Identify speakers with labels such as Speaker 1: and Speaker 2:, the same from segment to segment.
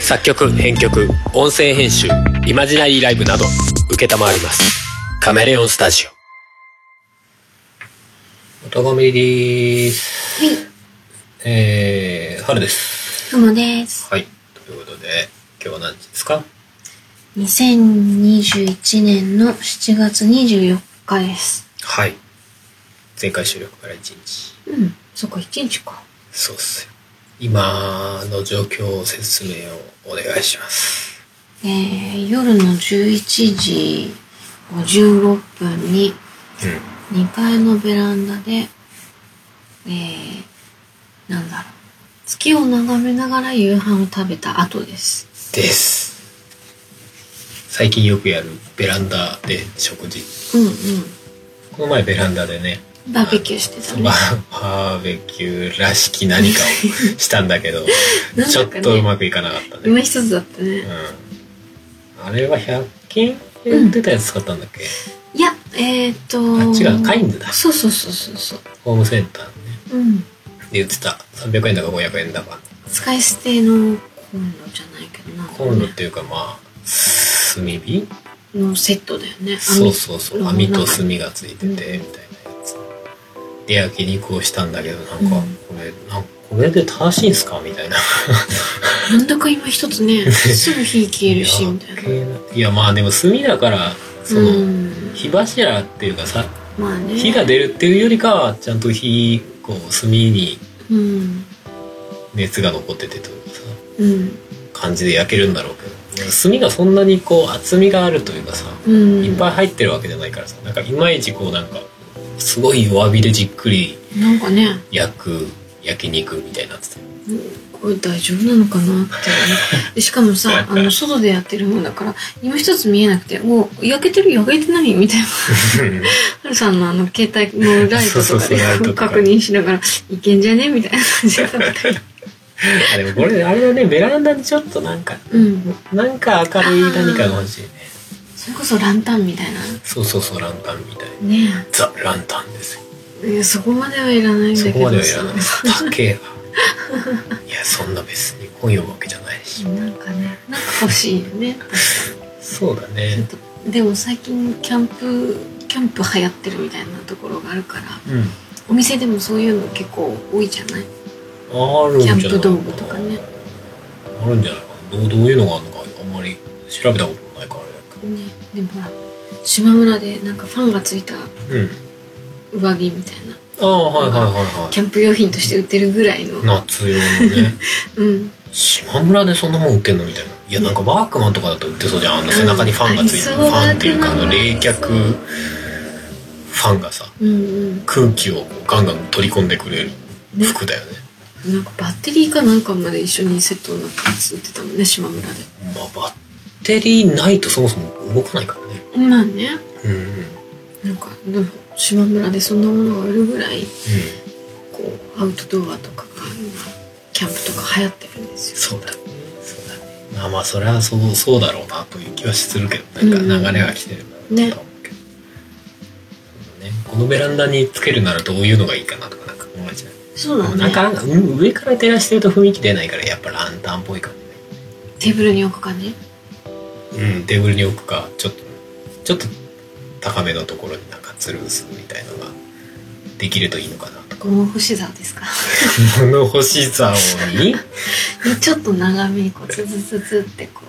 Speaker 1: 作曲編曲音声編集イマジナリーライブなど承りますカメレオンスタジオ音がみです
Speaker 2: はい、
Speaker 1: えー、春です
Speaker 2: どうもです。
Speaker 1: はいということで今日は何時ですか
Speaker 2: 2021年の7月24日です。
Speaker 1: はい前回収録から1日
Speaker 2: うん、そっか、1日か。
Speaker 1: そうっすよ今の状況を説明をお願いします
Speaker 2: えー、夜の11時56分に
Speaker 1: う
Speaker 2: 2階のベランダで、えー、なんだろう。月を眺めながら夕飯を食べた後です。
Speaker 1: んです最近よくやるベランダで食事
Speaker 2: うんう
Speaker 1: この前ベランダでね
Speaker 2: ん。バーベキューしてたね
Speaker 1: バ。バーベキューらしき何かをしたんだけど
Speaker 2: なん
Speaker 1: ちょ
Speaker 2: だ
Speaker 1: っ
Speaker 2: かね
Speaker 1: とうまくいかなかった
Speaker 2: 今
Speaker 1: ね、
Speaker 2: 一つだった
Speaker 1: う
Speaker 2: ね。
Speaker 1: ん、あれは100均で売ってたやつ使ったんだっけ、
Speaker 2: いや、えーっと
Speaker 1: あ違うカインズだ
Speaker 2: そうそうそうそうそう。
Speaker 1: ホームセンターのね
Speaker 2: うん。
Speaker 1: で売ってた300円だか500円だか
Speaker 2: 使い捨てのコンロじゃないけどな
Speaker 1: コンロっていうかまあ炭火
Speaker 2: のセットだよね
Speaker 1: そうそうそう網
Speaker 2: 網
Speaker 1: と
Speaker 2: の
Speaker 1: 炭がついててみたいなやつで焼肉をしたんだけどなんか、
Speaker 2: うん
Speaker 1: これなんかこれで正しいんすかみたいな
Speaker 2: うなんだか今一つ ねすぐ火消えるしみたいな
Speaker 1: 余計ないやまあでも炭だからその、
Speaker 2: うん
Speaker 1: 火柱っていうかさ
Speaker 2: まあね
Speaker 1: 火が出るっていうよりかはちゃんと火こう炭に
Speaker 2: うん
Speaker 1: 熱が残っててというかさ
Speaker 2: うん
Speaker 1: 感じで焼けるんだろうけど炭がそんなにこう厚みがあるというかさ
Speaker 2: うん
Speaker 1: いっぱい入ってるわけじゃないからさなんかいまいちこうなんかすごい弱火でじっくり
Speaker 2: なんかね
Speaker 1: 焼く焼肉みたいになってたよ
Speaker 2: これ大丈夫なのかなってでしか もさあの外でやってるもんだから今一つ見えなくてもう焼けてる焼けてない みたいなハルさんのあの携帯のライト
Speaker 1: そう
Speaker 2: と
Speaker 1: そうそ
Speaker 2: か
Speaker 1: う
Speaker 2: で
Speaker 1: ライトとか
Speaker 2: 確認しながらいけんじゃねみたいな感じ だったけど
Speaker 1: あでもこれあれだねベランダにちょっとなんか
Speaker 2: うん
Speaker 1: なんか明るい何かが欲しいね
Speaker 2: それこそランタンみたいな
Speaker 1: そうそうそうランタンみたいな
Speaker 2: ね
Speaker 1: ザ・ランタンですよ
Speaker 2: えいやそこまではいらないんだ
Speaker 1: そ
Speaker 2: けど
Speaker 1: こまではいらない。
Speaker 2: さ
Speaker 1: 竹が。いや、そんな別に本読むわけじゃないし。
Speaker 2: なんかねなんか欲しいよね
Speaker 1: そうだね。
Speaker 2: でも最近キャンプキャンプ流行ってるみたいなところがあるから
Speaker 1: うん。
Speaker 2: お店でもそういうの結構多いじゃない
Speaker 1: あるんじゃない
Speaker 2: キャンプ道具とかね。
Speaker 1: あるんじゃないかな。どう、どういうのがあるのか、あんまり調べたことないからあれだ
Speaker 2: ねでもほら島村でなんかファンがついた
Speaker 1: けど。うん。
Speaker 2: 上着みたい
Speaker 1: あ
Speaker 2: な
Speaker 1: あ、はいはいはいは
Speaker 2: キャンプ用品として売ってるぐらいの
Speaker 1: い。夏用のね。
Speaker 2: うん
Speaker 1: 島村でそんなもん売ってんのみたいな。いや、なんかワークマンとかだと売ってそうじゃん。あの背中にファンがついてる。
Speaker 2: うん
Speaker 1: ファンっていうか、あの
Speaker 2: あ
Speaker 1: 冷
Speaker 2: りそう
Speaker 1: 却ファンがさ、
Speaker 2: うん
Speaker 1: 空気をこうガンガン取り込んでくれる
Speaker 2: うんね
Speaker 1: 服だよね。
Speaker 2: なんかバッテリーかなんかまで一緒にセットになって売ってたもんね島村で
Speaker 1: まあ、バッテリーないとそもそも動かないからね。
Speaker 2: まあね
Speaker 1: うんうん。うん。
Speaker 2: なんかでも島村でそんなものが売るぐらいこうアウトドアとかが今キャンプとか流行ってるんですよ
Speaker 1: そうだね。そうだね。まあまあ、それはそう、そうだろうなという気はするけど、
Speaker 2: うん
Speaker 1: なんか流れが来てるなと思うけど。そうだね。このベランダにつけるならどういうのがいいかなとか、なんか考えちゃう。
Speaker 2: そうだね
Speaker 1: なんか、うん上から照らしてると雰囲気出ないから、やっぱランタンっぽい感
Speaker 2: テーブルに置く感じ
Speaker 1: じ。うん、テーブルに置くか、ちょっと、ちょっと高めのところになんか吊るすみたいのができるといいのかなとか。
Speaker 2: 物干し座ですか
Speaker 1: 物欲しさをに
Speaker 2: ちょっと長めにこうツツツツってこう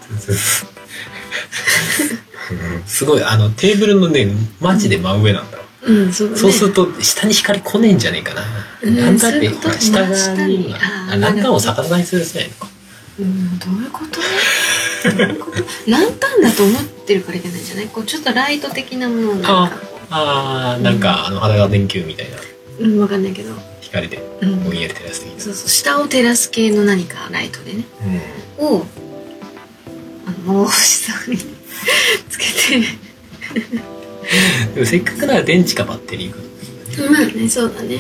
Speaker 1: すごいあのテーブルのねマジで真上なんだわ、
Speaker 2: うんそうだね
Speaker 1: そうすると下に光来ねえんじゃねえかな、
Speaker 2: うん
Speaker 1: ランタンって
Speaker 2: そういうこと
Speaker 1: ほら下側に
Speaker 2: 真下に
Speaker 1: あランタンを逆さにするじゃないのか
Speaker 2: うんどういうことどういうこと ランタンだと思ってるからいけないんじゃないこうちょっとライト的なものをなんかこ
Speaker 1: あーなんか、あの裸電球みたいな
Speaker 2: ううんわかんないけど
Speaker 1: 光で
Speaker 2: うん
Speaker 1: ぼんやり照らす的な
Speaker 2: そうそう下を照らす系の何かライトでね
Speaker 1: うん、
Speaker 2: をあの 物干し座につけて
Speaker 1: でもせっかくなら電池かバッテリーかとかいいよね
Speaker 2: まあねそうだね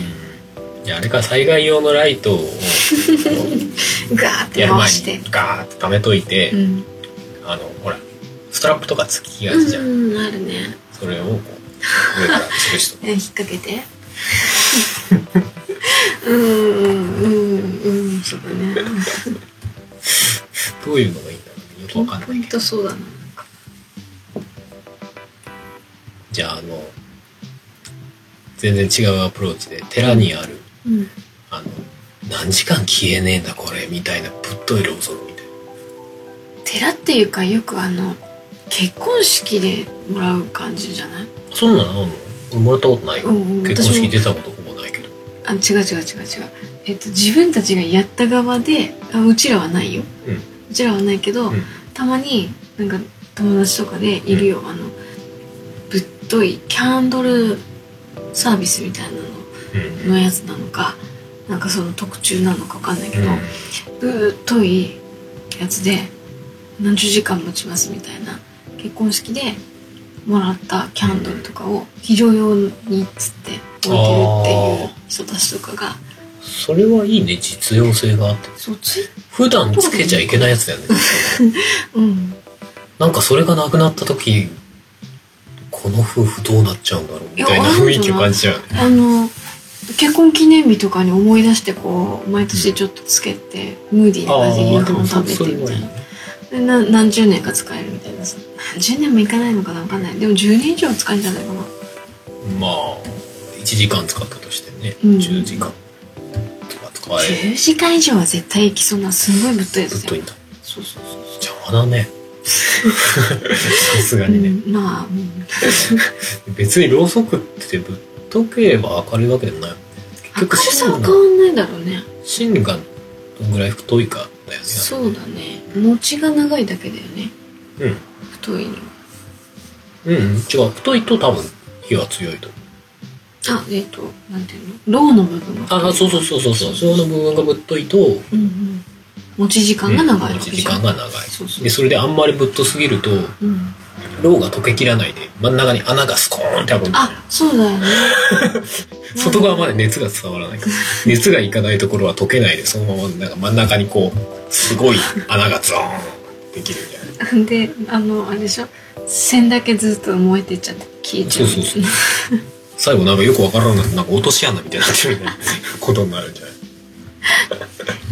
Speaker 1: いやあれか災害用のライトをこ
Speaker 2: ガーっ
Speaker 1: う
Speaker 2: て
Speaker 1: やる
Speaker 2: 回
Speaker 1: 前
Speaker 2: して
Speaker 1: にガーッと溜めといて、
Speaker 2: うん
Speaker 1: あのほらストラップとかつきがちじゃん、
Speaker 2: うんあるね
Speaker 1: それをこう上から吊るしとく
Speaker 2: え引っ掛けてうんうんうんうんそうだね
Speaker 1: どういうのがいいとわかんない
Speaker 2: ピンポ
Speaker 1: け
Speaker 2: イン
Speaker 1: ど
Speaker 2: トそうだななんか
Speaker 1: じゃああの全然違うアプローチで寺にある
Speaker 2: うん
Speaker 1: あの何時間消えねえんだこれみたいなぶっといろ恐るみたいな
Speaker 2: 寺っていうかよくあの結婚式でもらう感じじゃない
Speaker 1: そんなのあんの俺もらったことないよ、
Speaker 2: うんうん
Speaker 1: 結婚式
Speaker 2: 私も
Speaker 1: 出たことほぼないけど
Speaker 2: あ違う違う違う違う、えっと、自分たちがやった側であうちらはないよ、
Speaker 1: うん
Speaker 2: ちらはないけど、
Speaker 1: うん
Speaker 2: たまになんか友達とかでいるよ、あのぶっといキャンドルサービスみたいな
Speaker 1: うん
Speaker 2: ののやつなのかなんかその特注なのかわかんないけ
Speaker 1: う
Speaker 2: ど、
Speaker 1: ん
Speaker 2: ぶっといやつで何十時間持ちますみたいな結婚式でもらったキャンドルとかを非常用にっつって置いてるっていう人たちとかが
Speaker 1: それはいいね実用性があって
Speaker 2: そうつい
Speaker 1: 普段つけちゃいけないやつだよね
Speaker 2: うん
Speaker 1: なんかそれがなくなった時この夫婦どうなっちゃうんだろうみたいな雰囲気を感じちゃうよね
Speaker 2: あの結婚記念日とかに思い出してこう毎年ちょっとつけてムーディーな感じで夕ご飯食べてみたいなでな何十年か使えるみたいなさ何十年もいかないのかなわかんないでも10年以上は使えるんじゃないかな
Speaker 1: まあ1時間使ったとしてね、
Speaker 2: うん
Speaker 1: 10時間とか使え
Speaker 2: 10時間以上は絶対いきそうなすごいぶっといや
Speaker 1: ぶっ
Speaker 2: つだ
Speaker 1: と
Speaker 2: よ
Speaker 1: いんだ
Speaker 2: そうそうそうそう
Speaker 1: 邪魔だ ねさすがにね、
Speaker 2: うん、まあ、うん
Speaker 1: 別にろうそくってぶっとければ明るいわけでもないもんね結
Speaker 2: 明る
Speaker 1: 局
Speaker 2: さ
Speaker 1: 芯
Speaker 2: は変
Speaker 1: が
Speaker 2: わんないだろうね
Speaker 1: 芯がどんぐらい太いかだよね
Speaker 2: そうだね餅が長いだけだよね
Speaker 1: うん
Speaker 2: 太いの
Speaker 1: うん違う太いと多分火は強いと思う
Speaker 2: あえっ、となんていうのローの部分が
Speaker 1: あそうそうそうそうそうその部分がぶっといと
Speaker 2: うんうん持ち時間が長い
Speaker 1: うん
Speaker 2: わ
Speaker 1: 持
Speaker 2: け
Speaker 1: ち時
Speaker 2: じゃん、
Speaker 1: 間が長い
Speaker 2: そうそう
Speaker 1: でそれであんまりぶっとすぎると
Speaker 2: うん、
Speaker 1: ろうが溶けきらないで真ん中に穴がスコーンって開くんだよね
Speaker 2: あそうだよね
Speaker 1: 外側まで熱が伝わらないから熱がいかないところは溶けないでそのままなんか真ん中にこうすごい穴がゾーンってできるみたいな
Speaker 2: であのあれでしょ線だけずっと燃えてっちゃって消えち
Speaker 1: そ
Speaker 2: ゃ
Speaker 1: う
Speaker 2: う
Speaker 1: そうそう最後なんかよくわからんななんか落とし穴みたいになってるみたいなことになるんじゃない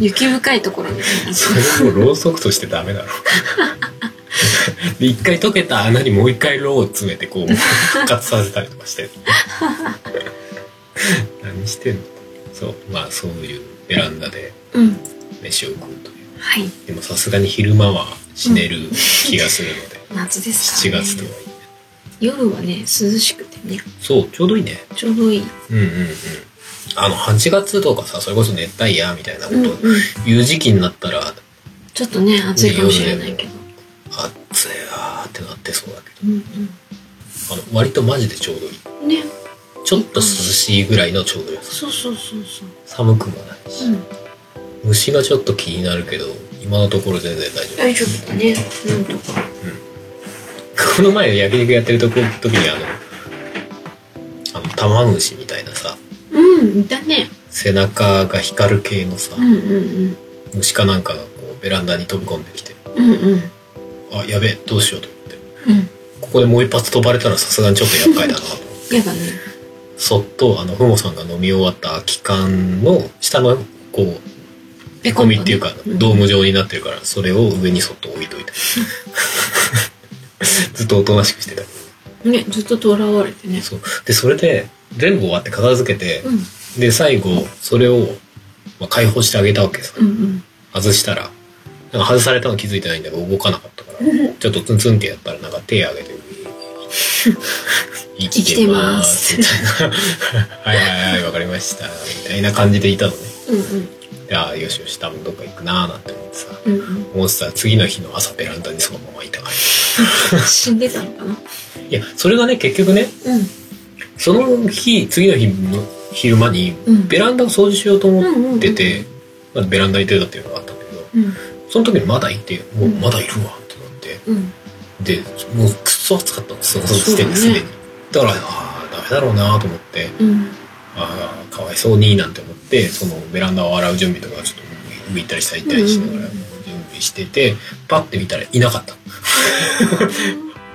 Speaker 2: 雪深いところみたいな
Speaker 1: それもうろうそくとしてダ メだろで一回溶けた穴にもう一回ろうを詰めてこう復活させたりとか して何してんのそうまあそういうベランダで
Speaker 2: うん
Speaker 1: 飯を食うという
Speaker 2: はい
Speaker 1: でもさすがに昼間は死ねる気がするので、
Speaker 2: 夏です
Speaker 1: 7
Speaker 2: から、ね、
Speaker 1: 月とはいえ
Speaker 2: 夜はね涼しくてね
Speaker 1: そうちょうどいいね
Speaker 2: ちょうどいい、
Speaker 1: うんうんうんあの8月とかさそれこそ熱帯夜みたいなこ
Speaker 2: うんう
Speaker 1: と
Speaker 2: ん、
Speaker 1: 言う時期になったら
Speaker 2: ちょっとね暑いかもしれないけど、
Speaker 1: 暑いわーってなってそうだけど
Speaker 2: うん
Speaker 1: あの割とマジでちょうどいい
Speaker 2: うん、ね
Speaker 1: ちょっと涼しいぐらいのちょうどよさ
Speaker 2: そうそうそうそう、
Speaker 1: 寒くもないし、
Speaker 2: うん、
Speaker 1: 虫がちょっと気になるけど今のところ全然大丈夫
Speaker 2: 大丈夫だねなんとか
Speaker 1: この前焼肉やってるとこ時にあのあの玉虫みたいなさ
Speaker 2: うんいたね
Speaker 1: 背中が光る系のさ、
Speaker 2: うんうん
Speaker 1: 虫かなんかがこうベランダに飛び込んできて
Speaker 2: うんうんうん
Speaker 1: あやべえどうしようと思って
Speaker 2: うん
Speaker 1: ここでもう一発飛ばれたらさすがにちょっと厄介だなと思って
Speaker 2: やだね
Speaker 1: そっとあのふもさんが飲み終わった空き缶の下のこう
Speaker 2: ペ
Speaker 1: 込みっていうか、
Speaker 2: うん
Speaker 1: ドーム状になってるから、それを上にそっと置いといた。ずっとおとなしくしてた。
Speaker 2: ねずっととらわれてね
Speaker 1: そう。で、それで、全部終わって片付けて
Speaker 2: う、ん
Speaker 1: で、最後、それを、まあ、解放してあげたわけさ。
Speaker 2: うん
Speaker 1: 外したら、なんか外されたの気づいてないんだけど、動かなかったから、
Speaker 2: うん
Speaker 1: ちょっとツンツンってやったら、なんか手あげて、生
Speaker 2: きてます
Speaker 1: きてますみたいな。はいはいはい、わかりました。みたいな感じでいたのね。
Speaker 2: うん
Speaker 1: でああ、よしよし、多分どっか行くなーなんて思ってさ。
Speaker 2: うんうん
Speaker 1: モンスター次の日の朝ベランダにそのままいたか
Speaker 2: うん 死んでたのかな
Speaker 1: らいやそれがね結局ね
Speaker 2: うん
Speaker 1: その日次の日の昼間に
Speaker 2: うん
Speaker 1: ベランダを掃除しようと思ってて、
Speaker 2: うん
Speaker 1: まあ、ベランダに出たっていうのがあったんだけど
Speaker 2: うん
Speaker 1: その時にまだいてもう
Speaker 2: うん
Speaker 1: まだいるわってな
Speaker 2: うん
Speaker 1: ってでもうくっそ暑かったのその時点で
Speaker 2: そ
Speaker 1: す
Speaker 2: う
Speaker 1: で
Speaker 2: だね
Speaker 1: にだからああダメだろうなと思って
Speaker 2: うん
Speaker 1: ああかわいそうになんて思ってそのベランダを洗う準備とかちょっと浮いたり下行ったりしながら
Speaker 2: うん
Speaker 1: 準備しててパッて見たらいなかった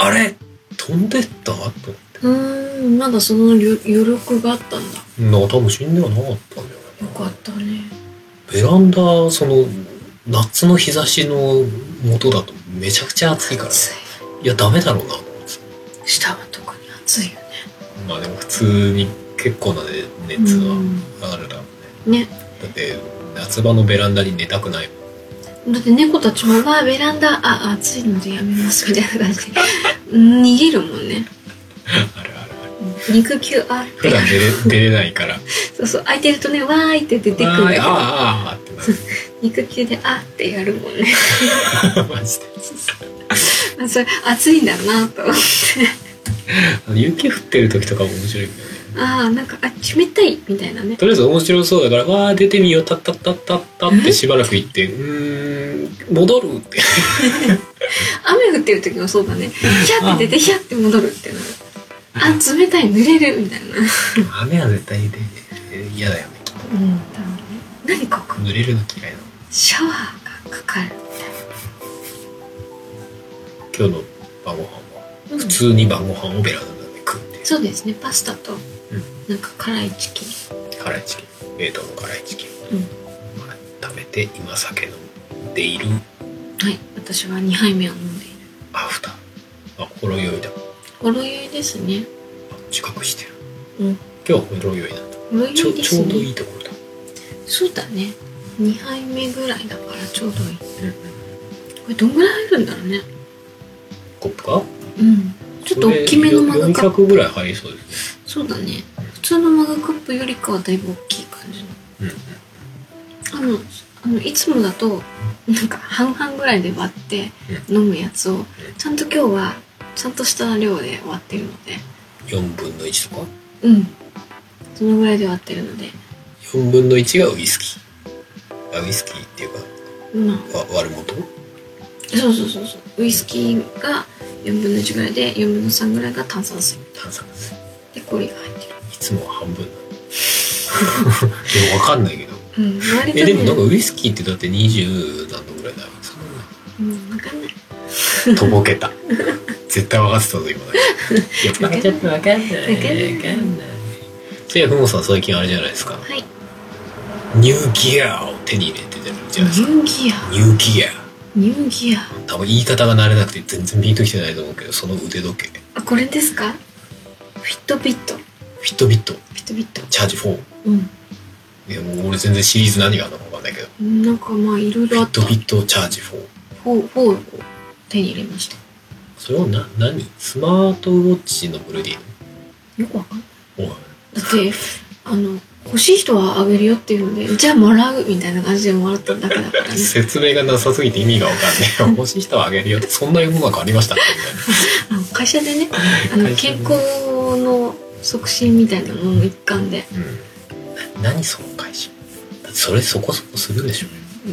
Speaker 1: あれ飛んでったと思って。
Speaker 2: うんまだその余余力があったんだ
Speaker 1: なんか多分死んではなかったんだよ
Speaker 2: よか
Speaker 1: ね。
Speaker 2: ったね
Speaker 1: ベランダ、その、夏の日差しの元だとめちゃくちゃ暑いから
Speaker 2: 暑い
Speaker 1: いやダメだろうな
Speaker 2: 下は特に暑いよね
Speaker 1: まあでも普通に結構なね熱は上がるだろうね、
Speaker 2: ね
Speaker 1: だって夏場のベランダに寝たくないもん
Speaker 2: だって猫たちも「わあベランダあ暑いのでやめます」みたいな感じ で逃げるもんね
Speaker 1: あるあるある
Speaker 2: 肉球あっ
Speaker 1: 普
Speaker 2: て
Speaker 1: 段出れ出れないから
Speaker 2: そうそう空いてるとね「わーい」って出てくるんだけ
Speaker 1: あーあー
Speaker 2: ど
Speaker 1: あーあーってな
Speaker 2: 肉球で「あ」ってやるもんね
Speaker 1: るマジで
Speaker 2: あそれ暑いんだなと思って
Speaker 1: あの雪降ってる時とかも面白いけどね
Speaker 2: ああなんかあ冷たいみたいなね
Speaker 1: とりあえず面白そうだから「わあ出てみようたったったったった」ってしばらく行って「うーん戻る」って
Speaker 2: 雨降ってる時もそうだねヒャって出てヒャって戻るっていうのあ冷たい濡れるみたいな
Speaker 1: 雨は絶対に出え嫌だよね
Speaker 2: うん多分ね何かこう
Speaker 1: 濡れるの嫌いなの
Speaker 2: シャワーがかかる
Speaker 1: 今日の晩ご飯は
Speaker 2: みたいな、
Speaker 1: 普通に晩ご飯をベランダで食って
Speaker 2: そうですねパスタと
Speaker 1: うん
Speaker 2: なんか辛いチキン
Speaker 1: 辛いチキン冷凍の辛いチキン、
Speaker 2: うん
Speaker 1: まあ食べて今酒飲んでいる
Speaker 2: はい私は2杯目を飲んでいる
Speaker 1: アフターあほろ酔いだ
Speaker 2: ほろ酔いですね
Speaker 1: あ自覚してる
Speaker 2: うん
Speaker 1: 今日はほろ酔いだった
Speaker 2: ほろ
Speaker 1: ち
Speaker 2: 酔
Speaker 1: ょ
Speaker 2: いで
Speaker 1: ち
Speaker 2: す
Speaker 1: ょうど
Speaker 2: ね
Speaker 1: いいところだ
Speaker 2: そうだね2杯目ぐらいだからちょうどいいこ
Speaker 1: うん
Speaker 2: れどんぐらい入るんだろうね
Speaker 1: コップか
Speaker 2: うんちょっと大きめのマグカップ
Speaker 1: 400ぐらい入りそうですね
Speaker 2: そうだね普通のマグカップよりかはだいぶ大きい感じの
Speaker 1: うん
Speaker 2: あのあのいつもだとなんか半々ぐらいで割って飲むやつをちゃんと今日はちゃんとした量で割ってるので
Speaker 1: 4分の1とか
Speaker 2: うんそのぐらいで割ってるので
Speaker 1: 4分の1がウイスキーあウイスキーっていうか
Speaker 2: ま
Speaker 1: わ
Speaker 2: あ
Speaker 1: 割る元
Speaker 2: そうそうそうそうウイスキーが4分の1ぐらいで4分の3ぐらいが炭酸水
Speaker 1: 炭酸ですい
Speaker 2: で氷が入ってる
Speaker 1: つもは半分なのでも分かんないけど
Speaker 2: うん割と
Speaker 1: え
Speaker 2: ね
Speaker 1: でもなんかウイスキーってだって20何度ぐらいだよそんな
Speaker 2: うん分かんない
Speaker 1: とぼけた絶対分かってたぞ今だけいや分かっちゃった分かんない
Speaker 2: 分かんない
Speaker 1: 分かんないそういやふもさん最近あれじゃないですか
Speaker 2: はい
Speaker 1: ニューギアを手に入れてるじゃ
Speaker 2: ニ
Speaker 1: ないですか
Speaker 2: ューギア
Speaker 1: ニューギア
Speaker 2: ニューギア
Speaker 1: 多分言い方が慣れなくて全然ピンときてないと思うけどその腕時計
Speaker 2: あこれですかフィットビットフ
Speaker 1: フィットビット
Speaker 2: ィットビット
Speaker 1: チャージ4
Speaker 2: うん
Speaker 1: いやもう俺全然シリーズ何があるのか分かんないけど
Speaker 2: うんなんかまあいろい
Speaker 1: フ
Speaker 2: ろ
Speaker 1: ィ
Speaker 2: あ
Speaker 1: ッ
Speaker 2: った
Speaker 1: トビットチャージ4
Speaker 2: フォーフォーを手に入れました
Speaker 1: それをな何スマートウォッチのブルーディー
Speaker 2: よくわかんない
Speaker 1: おい
Speaker 2: だってあの欲しい人はあげるよっていうのでじゃあもらうみたいな感じでもらっただけだからね
Speaker 1: 説明がなさすぎて意味が分かんない欲しい人はあげるよってそんな世の中ありましたっけ
Speaker 2: あの会社でね あ
Speaker 1: みたい
Speaker 2: の
Speaker 1: な
Speaker 2: 健康の促進みたいなのの一環で
Speaker 1: うんな何その会社だってそれそこそこするでしょ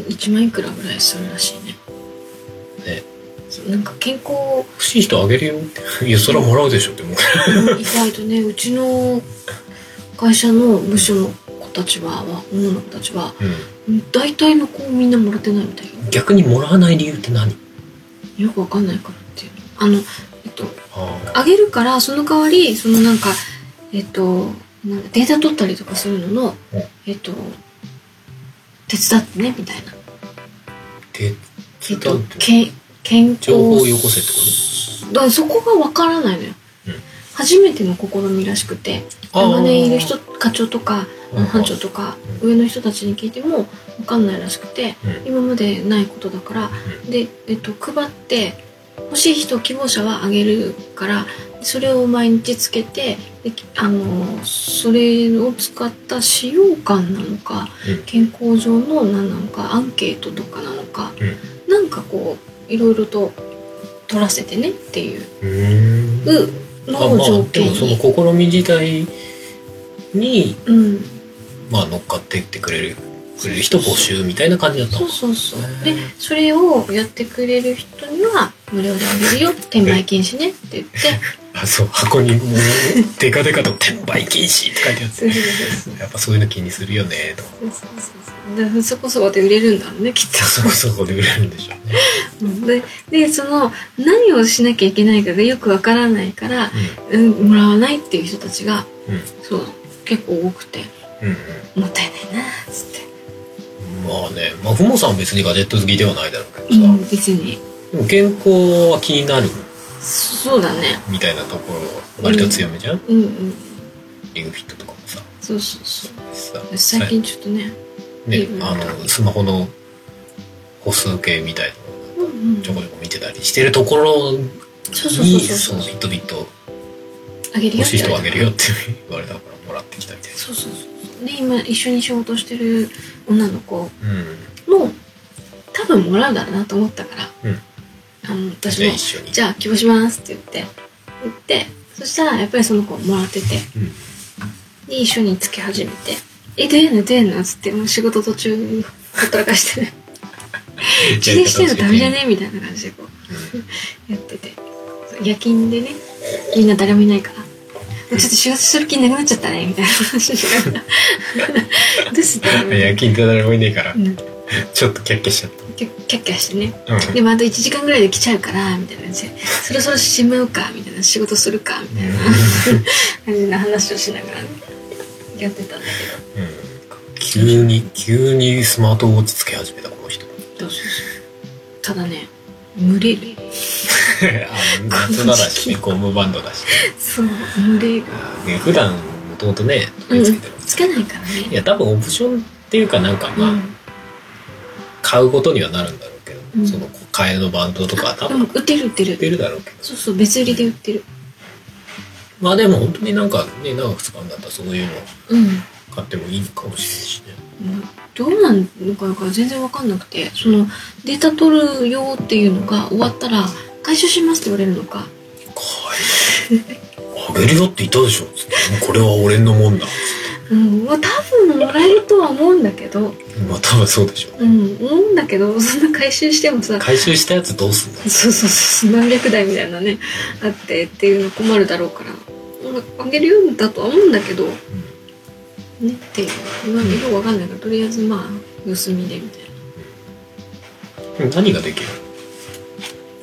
Speaker 2: 1万いくらぐらいするらしいね
Speaker 1: ね
Speaker 2: そうなんか健康を
Speaker 1: 欲しい人あげるよっていやそれはもらうでしょって思う
Speaker 2: 意外とねうちの会社の部署の子たちは女の子たちは
Speaker 1: うん
Speaker 2: 大体の子みんなもらってないみたいよ
Speaker 1: 逆にもらわない理由って何
Speaker 2: よくわかんないからっていうあのえっと
Speaker 1: ああ
Speaker 2: あげるからその代わりそのなんかえっとなんかデータ取ったりとかするのの
Speaker 1: うん
Speaker 2: えっと手伝ってねみたいな
Speaker 1: で
Speaker 2: えっと
Speaker 1: なんていうの
Speaker 2: け健康
Speaker 1: 情報をよこせってこ
Speaker 2: だからそこがわからないのよ、
Speaker 1: うん
Speaker 2: 初めての試みらしくて
Speaker 1: あー
Speaker 2: 長年いる人課長とか
Speaker 1: とうん
Speaker 2: 班長とか上の人たちに聞いてもわかんないらしくて
Speaker 1: うん
Speaker 2: 今までないことだから、
Speaker 1: う
Speaker 2: で、えっと、配って欲しい人希望者はあげるからそれを毎日つけてであのそれを使った使用感なのか、
Speaker 1: うん
Speaker 2: 健康上の何なのかアンケートとかなのか、なんかこういろいろと取らせてねってい
Speaker 1: う
Speaker 2: う
Speaker 1: ーん
Speaker 2: のを条件
Speaker 1: でも
Speaker 2: に、
Speaker 1: その試み自体に、
Speaker 2: うん、
Speaker 1: まあ、乗っかってってくれるくれる人募集みたいな感じだった
Speaker 2: そ
Speaker 1: の
Speaker 2: うそうそう
Speaker 1: へー
Speaker 2: でそれをやってくれる人には無料であげるよ転売禁止ねって言って
Speaker 1: あそう箱にもうデカデカと「転売禁止」って書いてあって
Speaker 2: そうそうそう
Speaker 1: やっぱそういうの気にするよねとか
Speaker 2: そうそうそうでそこそこで売れるんだろうねきっ
Speaker 1: そこそこで売れるんでしょうね、
Speaker 2: と、うんででその何をしなきゃいけないかがよくわからないから、うん、もらわないっていう人たちが、
Speaker 1: うん
Speaker 2: そう結構多くて
Speaker 1: うん、うん
Speaker 2: もったいないなっつって、
Speaker 1: うんまあねまあふもさんは別にガジェット好きではないだろうけど
Speaker 2: う
Speaker 1: さ、
Speaker 2: ん、別に
Speaker 1: でも健康は気になる
Speaker 2: そうだね
Speaker 1: みたいなところ割と強めじゃん、
Speaker 2: うんうん
Speaker 1: エグフィットとかもさ
Speaker 2: そうそうそう
Speaker 1: さ
Speaker 2: 私最近ちょっとね、
Speaker 1: ね
Speaker 2: リブ、
Speaker 1: あのスマホの歩数計みたいな
Speaker 2: うんうん、
Speaker 1: ちょこちょこ見てたりしてるところに
Speaker 2: そうそうそう
Speaker 1: そ
Speaker 2: そう
Speaker 1: の
Speaker 2: そう
Speaker 1: ビットビット
Speaker 2: あげるよ
Speaker 1: 欲しい人はあ
Speaker 2: って
Speaker 1: げるよって言われたからもらってきたみたい
Speaker 2: そうそうそうで今一緒に仕事してる女の子
Speaker 1: な
Speaker 2: も多分もらうだろうなと思ったから、
Speaker 1: うん
Speaker 2: あの
Speaker 1: うん
Speaker 2: 私
Speaker 1: じゃあ
Speaker 2: も
Speaker 1: 一緒に
Speaker 2: じゃあ希望しますって言って言ってそしたらやっぱりその子もらってて
Speaker 1: うん
Speaker 2: で一緒につけ始めて「え出るの出るの」っつってもう仕事途中にほったらかしてね「自転してるのダメじゃね?」みたいな感じでこ
Speaker 1: うん
Speaker 2: うやっててそう夜勤でねみんな誰もいないから。ちょっと仕事する気なくなっちゃったねみたいな話しながら 「どうして?」
Speaker 1: いや夜勤って誰もいねえから
Speaker 2: うん、
Speaker 1: ちょっとキャッキャしちゃっ
Speaker 2: キャッキャッキャしてね
Speaker 1: たうん
Speaker 2: でもあと1時間ぐらいで来ちゃうからみたいな感じでそろそろしまうかみたいな仕事するかみたいな感じの話をしながらね、やってたんだけ
Speaker 1: うん急に急にスマートウォッチつけ始めたこの 人
Speaker 2: どどうしようただね無理
Speaker 1: あの夏だらしねゴムバンドだし
Speaker 2: そう無理
Speaker 1: ね普段もともとね
Speaker 2: うん
Speaker 1: つけてるんです
Speaker 2: つけないから
Speaker 1: い
Speaker 2: ね
Speaker 1: や多分オプションっていうかなんか
Speaker 2: う
Speaker 1: まあ、
Speaker 2: ん、
Speaker 1: 買うことにはなるんだろうけど、
Speaker 2: うん
Speaker 1: その替えのバンドとかは多
Speaker 2: で
Speaker 1: 分
Speaker 2: も
Speaker 1: 売
Speaker 2: 売ってる売ってる
Speaker 1: ってるだろうけど
Speaker 2: そうそう別売りで売ってる
Speaker 1: まあでも本当になんかね長く使うんだったらそういうの
Speaker 2: うん、
Speaker 1: 買ってもいいかもしれないしね
Speaker 2: どうなんのかが全然わかんなくてそのデータ取るよっていうのが終わったら回収しますって言われるの
Speaker 1: か
Speaker 2: か
Speaker 1: わいいあげるよって言ったでしょつってこれは俺のもんだ
Speaker 2: うん、まあ多分もらえるとは思うんだけど、
Speaker 1: まあ多分そうでしょ
Speaker 2: うん、思うんだけど、そんな回収してもさ、
Speaker 1: 回収したやつどうすんだ
Speaker 2: そうそうそう、何百台みたいなね、あってっていうの困るだろうから、まああげるようだとは思うんだけど、ねっていう、まあよくわかんないから、とりあえずまあ、様子見でみたいな。
Speaker 1: うん何ができる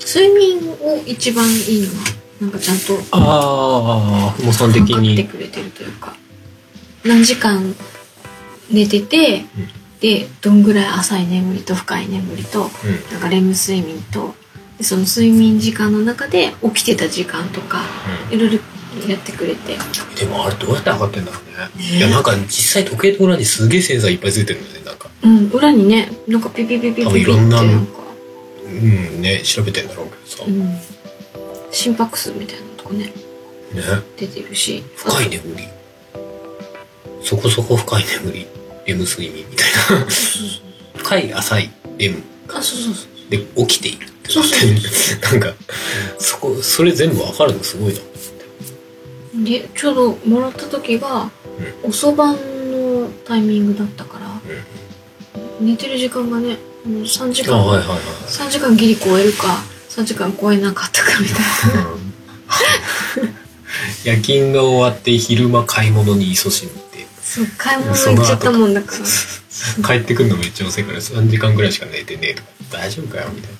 Speaker 2: 睡眠を一番いいのは、なんかちゃんと
Speaker 1: ああふもさん的
Speaker 2: 測って
Speaker 1: に
Speaker 2: くれてるというか、何時間寝てて、
Speaker 1: うん
Speaker 2: で、どんぐらい浅い眠りと深い眠り
Speaker 1: う
Speaker 2: と、
Speaker 1: ん
Speaker 2: なんかレム睡眠とでその睡眠時間の中で起きてた時間とかいろいろやってくれて
Speaker 1: うんでもあれどうやって測ってんだろうねいや
Speaker 2: ね
Speaker 1: なんか実際時計と裏にすげえセンサーいっぱいついてるんだよねなんか
Speaker 2: うん裏にねなんかピピピピピピ
Speaker 1: あ
Speaker 2: っ
Speaker 1: い
Speaker 2: て
Speaker 1: ろんな
Speaker 2: なんか、
Speaker 1: うんね調べてんだろうけどさ、
Speaker 2: う
Speaker 1: ね
Speaker 2: ん、心拍数みたいなのとかね出てるし
Speaker 1: 深い眠りそこそこ深い眠り M 睡眠みたいな深い浅い M
Speaker 2: あそうそうそう
Speaker 1: で起きているって
Speaker 2: そうそう
Speaker 1: なってなんかそこそれ全部わかるのすごいな
Speaker 2: でちょうどもらった時が、遅番のタイミングだったから、寝てる時間がねもう3時
Speaker 1: あはいは
Speaker 2: 間
Speaker 1: いはい
Speaker 2: 3時間ギリ超えるか3時間超えなかったかみたいな
Speaker 1: 夜勤が終わって昼間買い物に勤しんで
Speaker 2: そう買い物行っちゃったもんだから
Speaker 1: 帰ってくるのめっちゃ遅いから3時間ぐらいしか寝てねえとか大丈夫かよみたい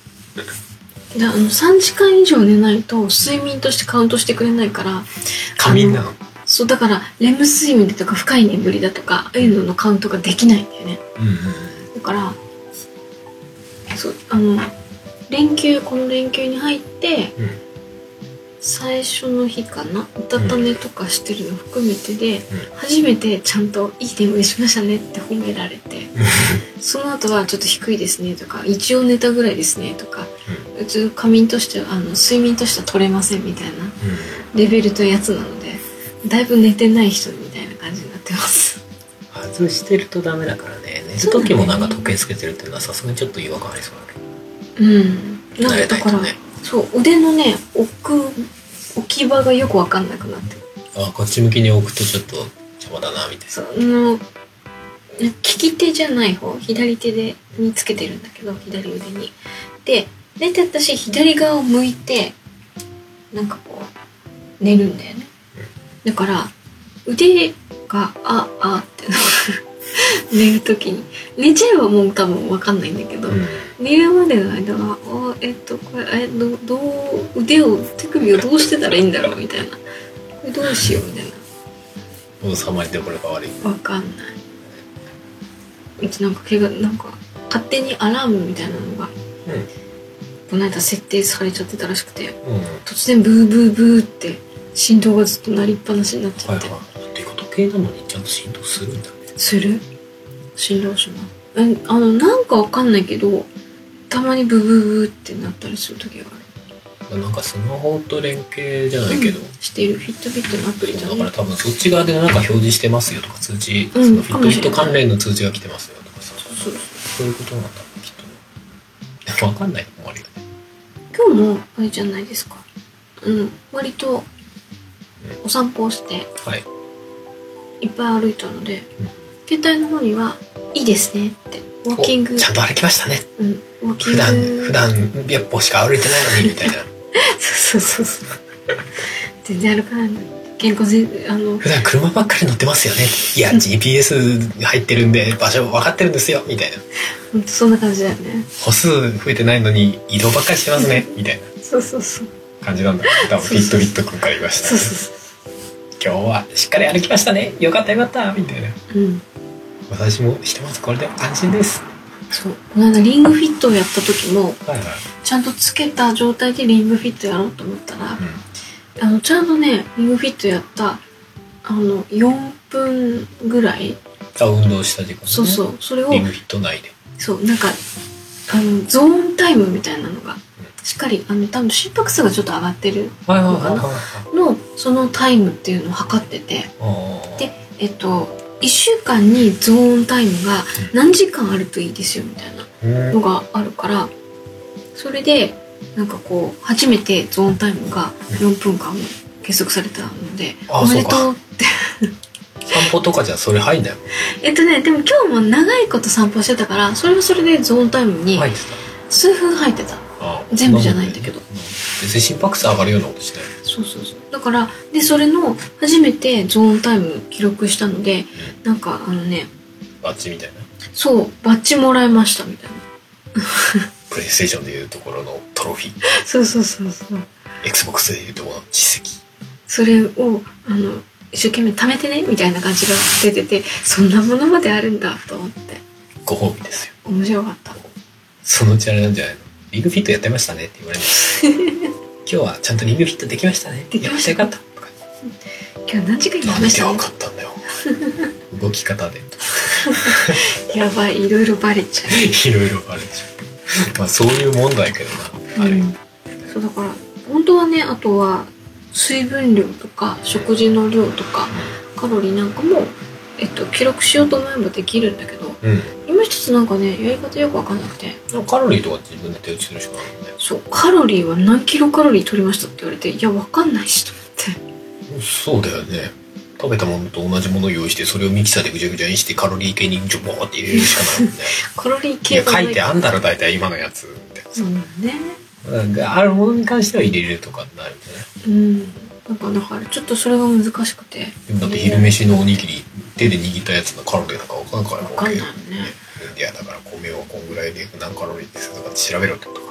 Speaker 1: な
Speaker 2: であの3時間以上寝ないと睡眠としてカウントしてくれないから
Speaker 1: 仮眠なの
Speaker 2: そうだからレム睡眠だとか深い眠りだとかああいうののカウントができないんだよね
Speaker 1: うんうん
Speaker 2: だからそうあの連休この連休に入って
Speaker 1: うん
Speaker 2: 最初の日かなうたた寝とかしてるの含めてで、
Speaker 1: う
Speaker 2: 初めてちゃんといい眠りしましたねって褒められてその後はちょっと低いですねとか一応寝たぐらいですねとか、うちの仮眠としてはあの睡眠としては取れませんみたいな
Speaker 1: うん
Speaker 2: レベルとやつなのでだいぶ寝てない人みたいな感じになってます
Speaker 1: 外してるとダメだからね寝る時もなんか時計つけてるっていうのはさすがにちょっと違和感ありそうだけど
Speaker 2: うん
Speaker 1: 慣
Speaker 2: なんか
Speaker 1: れな
Speaker 2: だ
Speaker 1: い
Speaker 2: か
Speaker 1: と
Speaker 2: ら、
Speaker 1: ね
Speaker 2: そう腕のね置く置き場がよくわかんなくなって
Speaker 1: あこっち向きに置くとちょっと邪魔だなみたいな
Speaker 2: その利き手じゃない方左手でにつけてるんだけど左腕にで大体私左側を向いてなんかこう寝るんだよねだから腕がああってなる 寝る時に寝ちゃえばもう多分わかんないんだけど、
Speaker 1: うん
Speaker 2: 寝るまでの間は「あえっとこれえどどう腕を手首をどうしてたらいいんだろう」みたいな「これどうしよう」みたいな
Speaker 1: 王様にどころが悪い
Speaker 2: わかんないうちなんか怪我なんか勝手にアラームみたいなのがこの間設定されちゃってたらしくて
Speaker 1: うん。はい
Speaker 2: 突然ブーブーブーって振動がずっと鳴りっぱなしになっちゃ
Speaker 1: は
Speaker 2: って、
Speaker 1: い。っていうか時計なのにちゃんと振動するんだね。
Speaker 2: する振動しますえあのなんかわかんないけどたまにブーブーブーってなったりする時がある
Speaker 1: なんかスマホと連携じゃないけど、
Speaker 2: しているフィットビットのアプリじゃ
Speaker 1: だか
Speaker 2: ない
Speaker 1: ら多分そっち側でなんか表示してますよとか通知、
Speaker 2: うん
Speaker 1: そのフィットヒット関連の通知が来てますよとかさ、
Speaker 2: そう
Speaker 1: そういうことなんだろうきっと。わかんないもんあれがね。
Speaker 2: 今日もあれじゃないですかうん割とお散歩をして
Speaker 1: はい。
Speaker 2: いっぱい歩いたので、
Speaker 1: うん
Speaker 2: 携帯の方には「いいですね」ってウォーキング
Speaker 1: おちゃんと歩きましたね。
Speaker 2: うんウォーキ
Speaker 1: 普
Speaker 2: ング
Speaker 1: 段、普段、100歩しか歩いてないのに、み たいな。
Speaker 2: そうそうそうそう全然歩かないのに健康ぜあの
Speaker 1: 普段車ばっかり乗ってますよね。い や、GPS 入ってるんで、場所分かってるんですよ、みたいな。
Speaker 2: ほんとそんな感じだよね
Speaker 1: 歩数増えてないのに、移動ばっかりしてますね、みたいな
Speaker 2: そうそうそう
Speaker 1: 感じなん だ。多分、フィットビット君から言いました
Speaker 2: そう。そうそ
Speaker 1: 今日はしっかり歩きましたね。よかったよかった、みたいな。
Speaker 2: ううん
Speaker 1: 私もひとまずこれで安心です。
Speaker 2: そうこの間リングフィットをやった時も
Speaker 1: はいはい。
Speaker 2: ちゃんとつけた状態でリングフィットやろうと思ったら
Speaker 1: うん。
Speaker 2: あのちゃんとねリングフィットやったあの4分ぐらい
Speaker 1: あ、運動した時間、ね。
Speaker 2: そうそうそれを
Speaker 1: リングフィット内で。
Speaker 2: そうなんかあのゾーンタイムみたいなのがしっかりあの多分心拍数がちょっと上がってる
Speaker 1: はい
Speaker 2: はいはいはいのそのタイムっていうのを測ってて
Speaker 1: い
Speaker 2: でえっと1週間にゾーンタイムが何時間あるといいですよみたいな
Speaker 1: うん
Speaker 2: のがあるからそれでなんかこう初めてゾーンタイムが4分間計測されたので
Speaker 1: あ
Speaker 2: おめで
Speaker 1: そ
Speaker 2: とうって
Speaker 1: 散歩とかじゃそれ入んないもん。
Speaker 2: えっとねでも今日も長いこと散歩してたからそれはそれでゾーンタイムに
Speaker 1: 入ってた。
Speaker 2: 数分入ってた、
Speaker 1: あ
Speaker 2: 全部じゃないんだけど
Speaker 1: う別に心拍数上がるようなことしない。
Speaker 2: そうそうそうだからでそれの初めてゾーンタイム記録したのでなんかあのね
Speaker 1: バッチみたいな。
Speaker 2: そうバッジもらいましたみたいな
Speaker 1: プレイステーションでいうところのトロフィー、
Speaker 2: そうそうそうそう
Speaker 1: Xbox でいうところの実績。
Speaker 2: それをあの一生懸命貯めてねみたいな感じが出ててそんなものまであるんだと思って
Speaker 1: ご褒美ですよ。
Speaker 2: 面白かった
Speaker 1: そのうちあれなんじゃないのリングフィットやってましたねって言われる。今日はちゃんとリングフィットできましたね。
Speaker 2: できました
Speaker 1: よかったよかった。とか
Speaker 2: 今日何時間やりま
Speaker 1: なん
Speaker 2: し
Speaker 1: で
Speaker 2: た
Speaker 1: わ
Speaker 2: ね
Speaker 1: かったんだよ。動き方で。
Speaker 2: やばいいろいろバレちゃ
Speaker 1: いろいろあるでしょ。まあそういう問題けど
Speaker 2: う、
Speaker 1: な。あれ。
Speaker 2: うんそうだから本当はねあとは水分量とか食事の量とかカロリーなんかも、えっと、記録しようと思えばできるんだけど
Speaker 1: うん。
Speaker 2: 今一つなんかねやり方よくわかんなくて
Speaker 1: でもカロリーとか自分で手打ちするしかないもんね。
Speaker 2: そうカロリーは何キロカロリー取りましたって言われていやわかんないしと思って
Speaker 1: そうだよね食べたものと同じものを用意してそれをミキサーでぐちゃぐちゃにしてカロリー系にジョボーって入れるしかないも んね
Speaker 2: カロリー
Speaker 1: い
Speaker 2: 計
Speaker 1: や
Speaker 2: がな
Speaker 1: 書
Speaker 2: い
Speaker 1: いてあんだろ大体今のやつみたい
Speaker 2: そうだね
Speaker 1: ななんかあるものに関しては入れるとかになるよね
Speaker 2: うんなんかだからちょっとそれが難しくて
Speaker 1: でもだって昼飯のおにぎり手で握ったやつのカロリーなんか分かんないから
Speaker 2: わかんないね
Speaker 1: いやだから米はこんぐらいで何カロリーですとか調べろってことか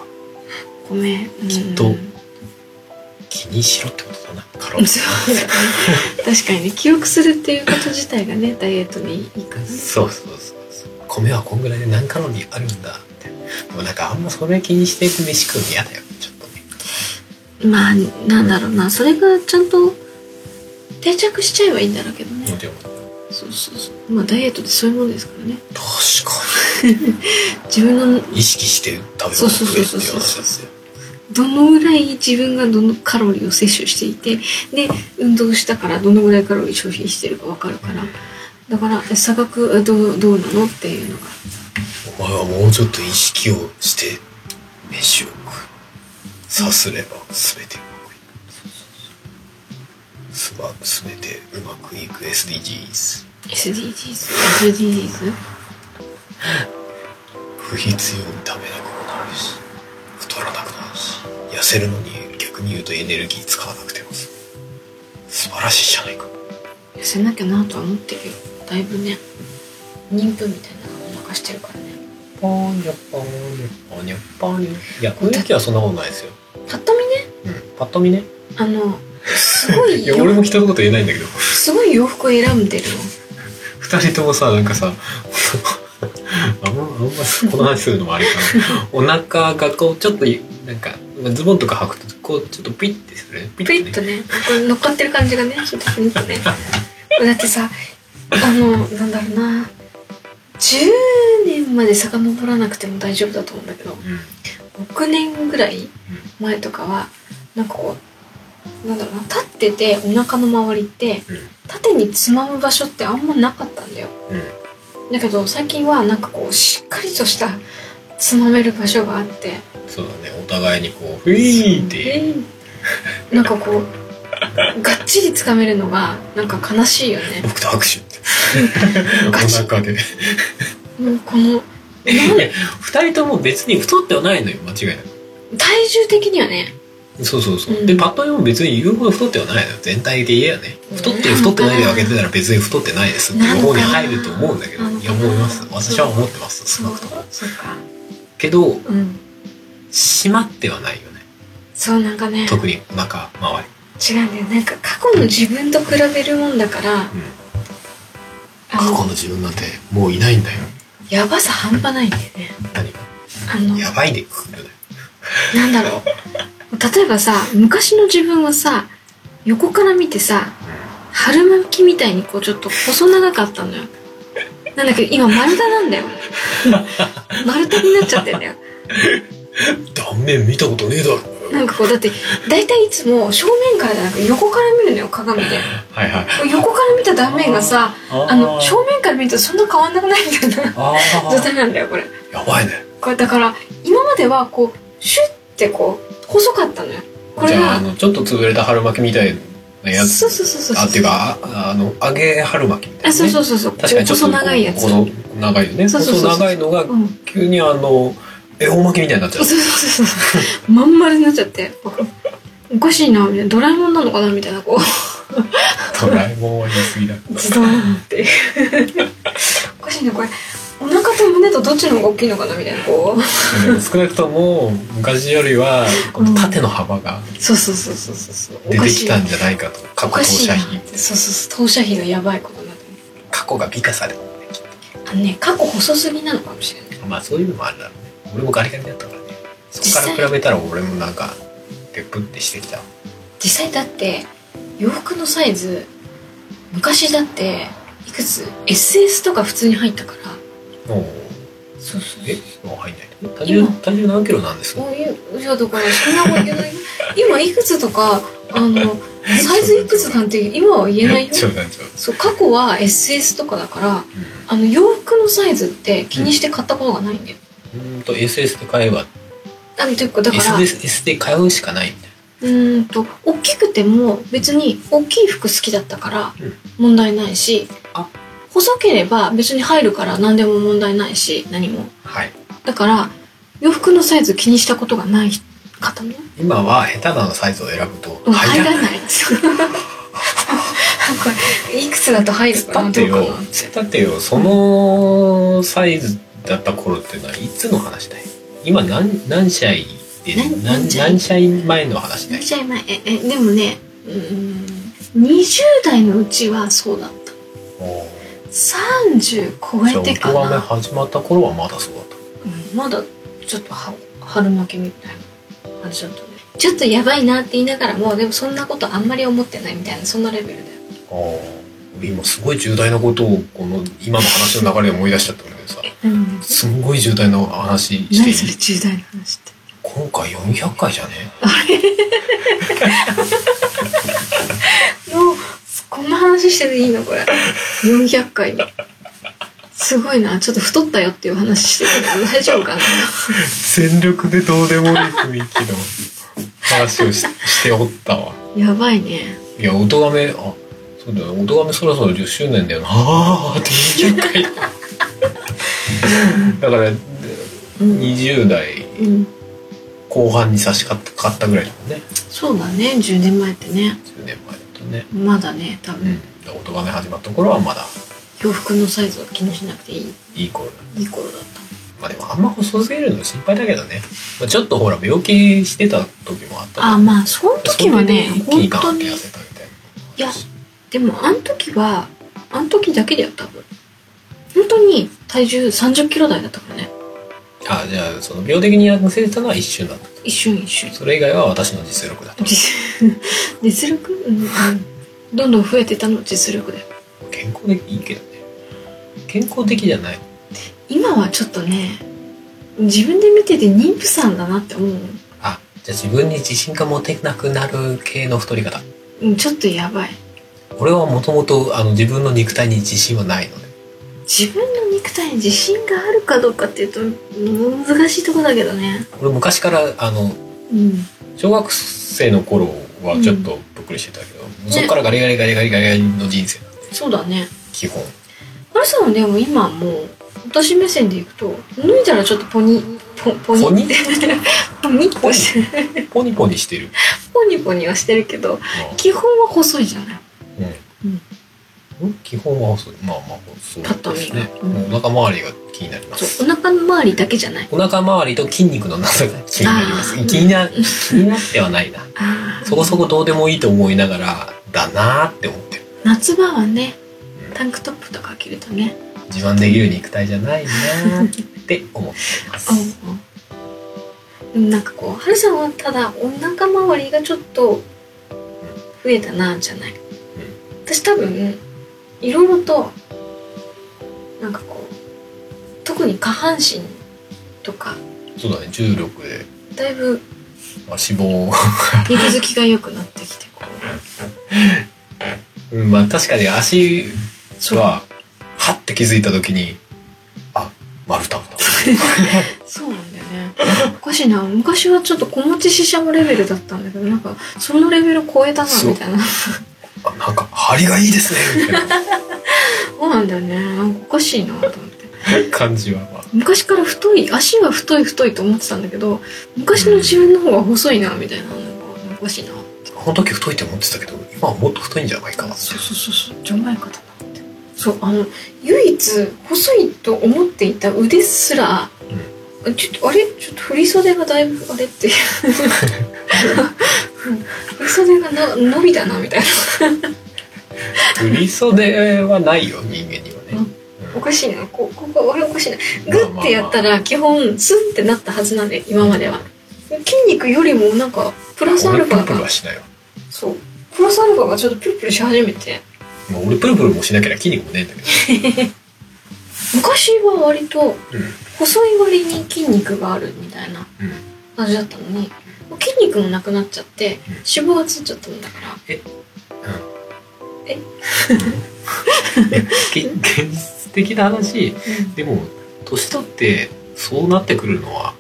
Speaker 2: ごめんき
Speaker 1: っと気にしろってことだなカロリー
Speaker 2: そうだね確かにね記憶するっていうこと自体がねダイエットにいいかな
Speaker 1: そうそうそうそう米はこんぐらいで何カロリーあるんだってでもなんかあんまそれ気にして飯食うの嫌だよちょっとね
Speaker 2: まあなんだろうなそれがちゃんと定着しちゃえばいいんだろうけどね
Speaker 1: でも
Speaker 2: そうそうそうまあダイエットってそういうものですからね
Speaker 1: 確か
Speaker 2: 自分の
Speaker 1: に意識して食べ物を食えっていう話ですよ
Speaker 2: どのぐらい自分がどのカロリーを摂取していてで運動したからどのぐらいカロリー消費してるか分かるからだからえ差額えどうどうなのっていうのが
Speaker 1: お前はもうちょっと意識をして飯を食うさすれば全てうまくいくすば全てうまくいく SDGs
Speaker 2: SDGsSDGs
Speaker 1: 不必要に食べなくもなるし太らなくなるし痩せるのに逆に言うとエネルギー使わなくても済む素晴らしいじゃないか
Speaker 2: 痩せなきゃなとは思ってるよだいぶね妊婦みたいなお腹してるからね
Speaker 1: ポーニョポーニョポーニョポーニョいや雰囲気はそんなことないですよ、
Speaker 2: ぱっと見
Speaker 1: う
Speaker 2: ね
Speaker 1: ん、パッと見ね
Speaker 2: あのすごい
Speaker 1: いや俺も
Speaker 2: よ
Speaker 1: 人のこと言えないんだけど
Speaker 2: すごい洋服を選んでるの
Speaker 1: 二人ともさなんかさあんまあんまこの話するのもあれかな。お腹がこう、ちょっと、なんか、ズボンとか履くと、こう、ちょっとピッてするね。ピ
Speaker 2: プイッとね、これ乗っかってる感じがね、ちょっとプニッとね。だってさ、あの、なんだろうな、10年まで遡らなくても大丈夫だと思うんだけど、
Speaker 1: うん。
Speaker 2: 6年ぐらい前とかは、なんかこう、なんだろうな、立っててお腹の周りって、
Speaker 1: うん
Speaker 2: 縦につまむ場所ってあんまなかったんだよ。
Speaker 1: うん。
Speaker 2: だけど最近はなんかこう、しっかりとしたつまめる場所があって、
Speaker 1: そうだね。お互いにこう、ふいーって。
Speaker 2: なんかこうがっちりつかめるのがなんか悲しいよね
Speaker 1: 僕と握手って。
Speaker 2: ガチ
Speaker 1: お腹で。
Speaker 2: もうこの
Speaker 1: いや、 二人とも別に太ってはないのよ、間違いな
Speaker 2: 体重的にはね
Speaker 1: く。そうそうそう。
Speaker 2: うん
Speaker 1: で、パッと見も別に言うほど太ってはないのよ。全体で言えばね。太ってる太ってないで分けてたら別に太ってないですっていう方に入ると思うんだけど、
Speaker 2: なの
Speaker 1: い
Speaker 2: か
Speaker 1: や、
Speaker 2: な
Speaker 1: 思います。私は思ってます、少なくとも。
Speaker 2: そうか
Speaker 1: けど、
Speaker 2: うん
Speaker 1: 締まってはないよね。
Speaker 2: そうなんかね
Speaker 1: 特にお腹周り。
Speaker 2: 違うんだよなんか過去の自分と比べるもんだから
Speaker 1: うん。過
Speaker 2: あ
Speaker 1: 去
Speaker 2: の
Speaker 1: の自分なんてもういないんだよ。
Speaker 2: やばさ半端ないんだよね
Speaker 1: 何が
Speaker 2: あの
Speaker 1: やばいでくるよね。
Speaker 2: なんだろう例えばさ昔の自分をさ横から見てさ春巻きみたいにこうちょっと細長かったのよなんだけど今丸太なんだよ 丸太になっちゃってんだよ
Speaker 1: 断面見たことねえだろ。
Speaker 2: なんかこうだって大体いつも正面からじゃなくて横から見るのよ鏡で
Speaker 1: はいはい。
Speaker 2: 横から見た断面がさ
Speaker 1: あ
Speaker 2: あの正面から見るとそんな変わんなくないみたいな
Speaker 1: あ
Speaker 2: 状態なんだよこれ
Speaker 1: やばいね。
Speaker 2: これだから今まではこうシュッてこう細かったのよこ
Speaker 1: じ
Speaker 2: れ
Speaker 1: ゃあ、
Speaker 2: が
Speaker 1: あの、ちょっと潰れた春巻きみたいなやつ。
Speaker 2: そうそうそうそうそう
Speaker 1: あ、っていうか、ああの、揚げ春巻きみたいな、ね。
Speaker 2: あそうそうそうそう
Speaker 1: 確かにちょっと
Speaker 2: 細長いやつ
Speaker 1: この長いよね。
Speaker 2: そうそうそうそう
Speaker 1: 細長いのが
Speaker 2: うん
Speaker 1: 急にあの、恵方巻きみたいになっちゃ
Speaker 2: そ
Speaker 1: う。
Speaker 2: うそうそうそうまん丸になっちゃっておかしいなみたいなドラえもんなのかなみたいなこう
Speaker 1: ドラえもんは言い過ぎだ。
Speaker 2: ズドーンっていうおかしいなこれお腹と胸とどっちの方が大きいのかなみたいなこう
Speaker 1: でも少なくとも昔よりはこの縦の幅が
Speaker 2: そうそうそうそうそうそう
Speaker 1: 出てきたん
Speaker 2: お
Speaker 1: じゃないかと過去
Speaker 2: か
Speaker 1: 投
Speaker 2: しい
Speaker 1: 射
Speaker 2: な
Speaker 1: 費
Speaker 2: そうそうそう投射費がやばいことになってる
Speaker 1: 過去が美化された
Speaker 2: あのね過去細すぎなのかもしれない
Speaker 1: まあそういうのもあるだろうね俺もガリガリだったからねそこから比べたら俺もなんかデプってしてきた
Speaker 2: 実際だって洋服のサイズ昔だっていくつ SS とか普通に入ったから
Speaker 1: もう
Speaker 2: そうそう
Speaker 1: えもう入んない体重
Speaker 2: 今
Speaker 1: 体重何キロなんですか
Speaker 2: そういう嘘とかねそんなこと言えない今いくつとかあのサイズいくつなんて今は言えないよ
Speaker 1: 冗談冗談
Speaker 2: そう過去は SS とかだから
Speaker 1: う
Speaker 2: あの洋服のサイズって気にして買ったことがないんだよ、
Speaker 1: んうーんと SS で買えば
Speaker 2: あのというかだから
Speaker 1: S
Speaker 2: う
Speaker 1: で S で買うしかないみたい
Speaker 2: ーんと大きくても別に大きい服好きだったから
Speaker 1: うん
Speaker 2: 問題ないし、
Speaker 1: あ
Speaker 2: 細ければ別に入るから何でも問題ないし何も
Speaker 1: なはい
Speaker 2: だから洋服のサイズ気にしたことがない方ね
Speaker 1: 今は下手なサイズを選ぶと
Speaker 2: 入
Speaker 1: 入ら
Speaker 2: ら
Speaker 1: ない
Speaker 2: ないです。なんかいくつだと入るか
Speaker 1: だ
Speaker 2: な
Speaker 1: っ
Speaker 2: ど
Speaker 1: て
Speaker 2: うか
Speaker 1: よ
Speaker 2: なって。
Speaker 1: だってよそのサイズだった頃ってのはいつの話だい今何何試合で
Speaker 2: 何
Speaker 1: 何
Speaker 2: 何試合
Speaker 1: 何試合前の話だい
Speaker 2: じゃあ今ええでもね、うーん、20代のうちはそうだった。
Speaker 1: おー
Speaker 2: 30超
Speaker 1: じゃあ
Speaker 2: え
Speaker 1: 大
Speaker 2: てか
Speaker 1: 人目
Speaker 2: な。
Speaker 1: 始まった頃はまだそうだった
Speaker 2: うんまだちょっとは春巻きみたいな感じだったね。ちょっとやばいなって言いながらもでもそんなことあんまり思ってないみたいなそんなレベルだよ。
Speaker 1: あー今すごい重大なことをこの今の話の流れで思い出しちゃったんだけどさ
Speaker 2: うん。
Speaker 1: すんごい重大な話して
Speaker 2: 何
Speaker 1: い
Speaker 2: それ
Speaker 1: い
Speaker 2: 重大な話って。
Speaker 1: 今回400回じゃね
Speaker 2: もうこんな話してていい のこれ400回すごいなちょっと太ったよっていう話してるけど 大丈夫かな
Speaker 1: 全力でどうでもいい雰囲気の話をししておったわ
Speaker 2: やばいね
Speaker 1: いや、おとがめ、あ、そうだよ、おとがめそろそろ10周年だよな。ああ、って20回。 だから、
Speaker 2: うん、
Speaker 1: 20代
Speaker 2: うん、
Speaker 1: 後半に差し掛かったぐらいだもんね。
Speaker 2: そうだね10年前ってね
Speaker 1: 10年前だとね。
Speaker 2: まだね多
Speaker 1: う
Speaker 2: 分
Speaker 1: ん。だからおとがめ始まった頃はまだ
Speaker 2: 洋服のサイズは気にしなくていい
Speaker 1: いい頃だ。
Speaker 2: いい頃だった
Speaker 1: まあでもあんま細すぎるの心配だけどね。まあ、ちょっとほら、病気してた時もあったから
Speaker 2: あまあその時はね
Speaker 1: それで一気に
Speaker 2: 本
Speaker 1: ガ
Speaker 2: 当
Speaker 1: ーンって
Speaker 2: に
Speaker 1: 痩
Speaker 2: い
Speaker 1: せたみたいな。
Speaker 2: やでもあの時はあの時だけだよ多分本当に体重3 0キロ台だったからね
Speaker 1: あじゃあその病的に痩せてたのは一瞬だった
Speaker 2: 一瞬一瞬
Speaker 1: それ以外は私の実力だった
Speaker 2: 実実力、うん、うんどんどん増えてたの実力だよ
Speaker 1: 健康でいいけどね健康的じゃない
Speaker 2: 今はちょっとね自分で見てて妊婦さんだなって思う
Speaker 1: あじゃあ自分に自信が持てなくなる系の太り方
Speaker 2: うんちょっとやばい
Speaker 1: 俺はもともとあの自分の肉体に自信はないので
Speaker 2: 自分の肉体に自信があるかどうかっていうとうん難しいとこだけどね
Speaker 1: 俺昔からあの
Speaker 2: うん
Speaker 1: 小学生の頃はちょっとぷっくりしてたけど、そっからガリガリガリガリガリガリの人生なんで
Speaker 2: そうだね
Speaker 1: 基本
Speaker 2: あれさんでも今もう私目線でいくと脱いだらちょっとポニポポニ
Speaker 1: ポニ
Speaker 2: ポニッとして
Speaker 1: ポニポニ してる、
Speaker 2: ポニポニはしてるけど基本は細いじゃない
Speaker 1: うんうん、基本は細いまあまあそうですね、
Speaker 2: 畳がうん
Speaker 1: お腹周りが気になります
Speaker 2: そうお腹の周りだけじゃない
Speaker 1: お腹周りと筋肉の中が気になります
Speaker 2: あー
Speaker 1: 気にな気になってはないな
Speaker 2: あー
Speaker 1: そこそこどうでもいいと思いながらだなーって思ってる
Speaker 2: 夏場はね
Speaker 1: うん
Speaker 2: タンクトップとか着るとね
Speaker 1: 自慢できる肉体じゃないなーって思ってます
Speaker 2: でもなんかこう春さんはただお腹周りがちょっと増えたなじゃない、私多分いろいろとなんかこう特に下半身とか
Speaker 1: そうだね重力で、
Speaker 2: だいぶ
Speaker 1: まあ、脂肪を
Speaker 2: 肉付きが良くなってきてこ
Speaker 1: うん、まあ確かに足は、はって気づいた時に、あ、丸太だ。
Speaker 2: うそうなんだよねおかしいな昔はちょっと子持ちししゃもレベルだったんだけどなんかそのレベル超えたなみたいな
Speaker 1: あ、なんか、張りがいいですね、みたい
Speaker 2: そうなんだよねなんかおかしいなと思って
Speaker 1: な感じは、まあ。
Speaker 2: 昔から太い足は太い太いと思ってたんだけど昔の自分の方が細いなみたいななんかおかしいな
Speaker 1: この時太いって思ってたけど、今はもっと太いんじゃないか なって。
Speaker 2: そうそうそうそうじゃないかだなってそうあの唯一細いと思っていた腕すら、ちょっとあれちょっと振り袖がだいぶあれっていう 振り袖がな伸びたなみたいな
Speaker 1: 振り袖はないよ、人間にはね。
Speaker 2: おかしいなこここあれおかしいなグッてやったら基本スンってなったはずなんで今までは筋肉よりもなんかプラスア
Speaker 1: 俺
Speaker 2: ルフ
Speaker 1: プル
Speaker 2: ァ
Speaker 1: プル
Speaker 2: が
Speaker 1: はしないわ。
Speaker 2: そうプラスアルファがちょっとプルプルし始めて
Speaker 1: まあ俺プルプルもしなければ筋肉もねえんだけど。
Speaker 2: 昔は割と
Speaker 1: うん。
Speaker 2: 細い割に筋肉があるみたいな
Speaker 1: うん。
Speaker 2: 感じだったのに筋肉もなくなっちゃって脂肪がついちゃったんだから
Speaker 1: げ現実的な話、でも、年取ってそうなってくるのは、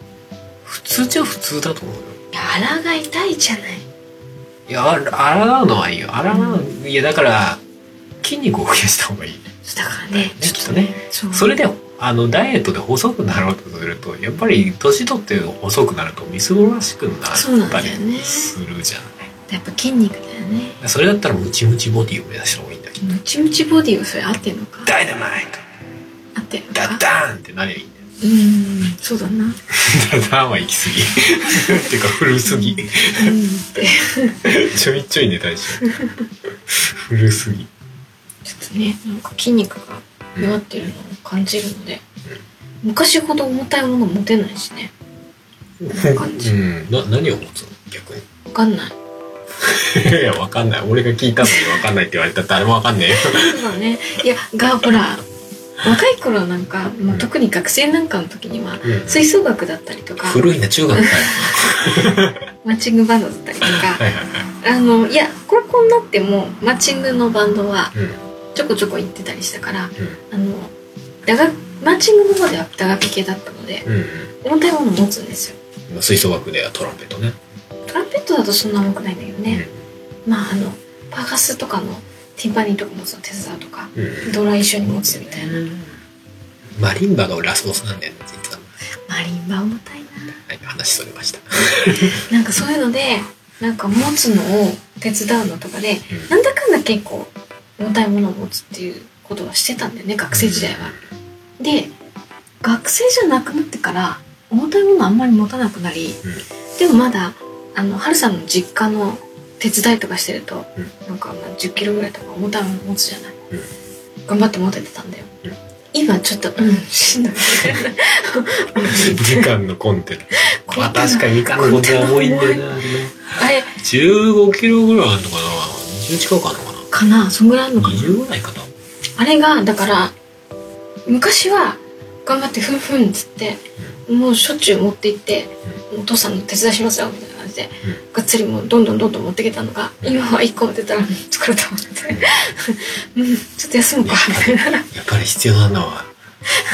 Speaker 1: 普通じゃ普通だと思うよ。
Speaker 2: 腹が痛いじゃない
Speaker 1: いや、ああらがうのはいいよ。あらがう、いや、だから、筋肉を増やした方がいい。
Speaker 2: だからね
Speaker 1: ちょっとね。
Speaker 2: そう
Speaker 1: それで、あの、ダイエットで細くなろうとすると、やっぱり、年取って細くなると、みすぼらしく
Speaker 2: そう
Speaker 1: な
Speaker 2: な
Speaker 1: んった
Speaker 2: だ
Speaker 1: り
Speaker 2: よね
Speaker 1: するじゃん。
Speaker 2: やっぱ筋肉だよね
Speaker 1: それだったら、ムチムチボディを目指した方がいいんだけど。
Speaker 2: ムチムチボディはそれ合ってんのか
Speaker 1: ダイナマイ
Speaker 2: 合ってんの
Speaker 1: トダ
Speaker 2: か
Speaker 1: ダーンってなりゃいいんだ
Speaker 2: うーんそう だな
Speaker 1: よ。ダダーンは行き過ぎ。 っていうか、古すぎ。
Speaker 2: うんって
Speaker 1: ちょいちょいネタでしょ。古すぎ。
Speaker 2: ちょっとねなんか筋肉が弱ってるのを感じるので、昔ほど重たいもの持てないしね感じ
Speaker 1: うん。な、何を持つの逆 に。
Speaker 2: わかんない
Speaker 1: いや、わかんない。俺が聞いたのにわかんないって言われたら誰もわかんねえよ。
Speaker 2: そうだねいやがほら若い頃なんか、まあ、特に学生なんかの時には吹奏楽だったりとか
Speaker 1: 古いな、中学かよ。
Speaker 2: マッチングバンドだったりとか
Speaker 1: はいはいは。
Speaker 2: あのいや高校になってもマッチングのバンドはい
Speaker 1: うん。
Speaker 2: ちょこちょこ行ってたりしたからあの打楽マッチングの方では打楽器系だったので
Speaker 1: うん。うん
Speaker 2: 重たいもの持つんですよ
Speaker 1: うん。吹奏楽ではトランペットね。
Speaker 2: トランペットだとそんな重くないんだけどね、まああのパーカスとかのティンパニーとかもその手伝うとか
Speaker 1: うん。うん。
Speaker 2: ドラ一緒に持つみたいな
Speaker 1: マリンバが俺ラスボスなんだよね、実は。
Speaker 2: マリンバ重たいな
Speaker 1: はい、話それました。
Speaker 2: なんかそういうのでなんか持つのを手伝うのとかで
Speaker 1: うん
Speaker 2: なんだかんだ結構重たいものを持つっていうことはしてたんだよね学生 時代は。で学生じゃなくなってから重たいものあんまり持たなくなり、
Speaker 1: うん
Speaker 2: でもまだあの春さんの実家の手伝いとかしてると、
Speaker 1: うん
Speaker 2: なんかまあ10キロぐらいとか重たいもの持つじゃない、
Speaker 1: うん
Speaker 2: 頑張って持ててたんだよ、
Speaker 1: うん
Speaker 2: 今ちょっと、うん、しんどい。
Speaker 1: みかんのコンテナ。
Speaker 2: コンテナ
Speaker 1: まあ確かにみかんのコンテナ重いんだよな。
Speaker 2: あれ、
Speaker 1: 15キロぐらいあるのかな ?20 近くあるのかな
Speaker 2: かなそんぐらいあるのかな
Speaker 1: ?20 ぐらいかな
Speaker 2: あれが、だから、昔は、頑張ってふんふんっつって、もうしょっちゅう持って行って、お父さんの手伝いしますよ、みたいな感じで、がっつりもうどんどんどんどん持ってけたのが、今は1個持ってたら、うん疲れたわって。うん、ちょっと休もうか、みたいな。
Speaker 1: やっぱり必要なのは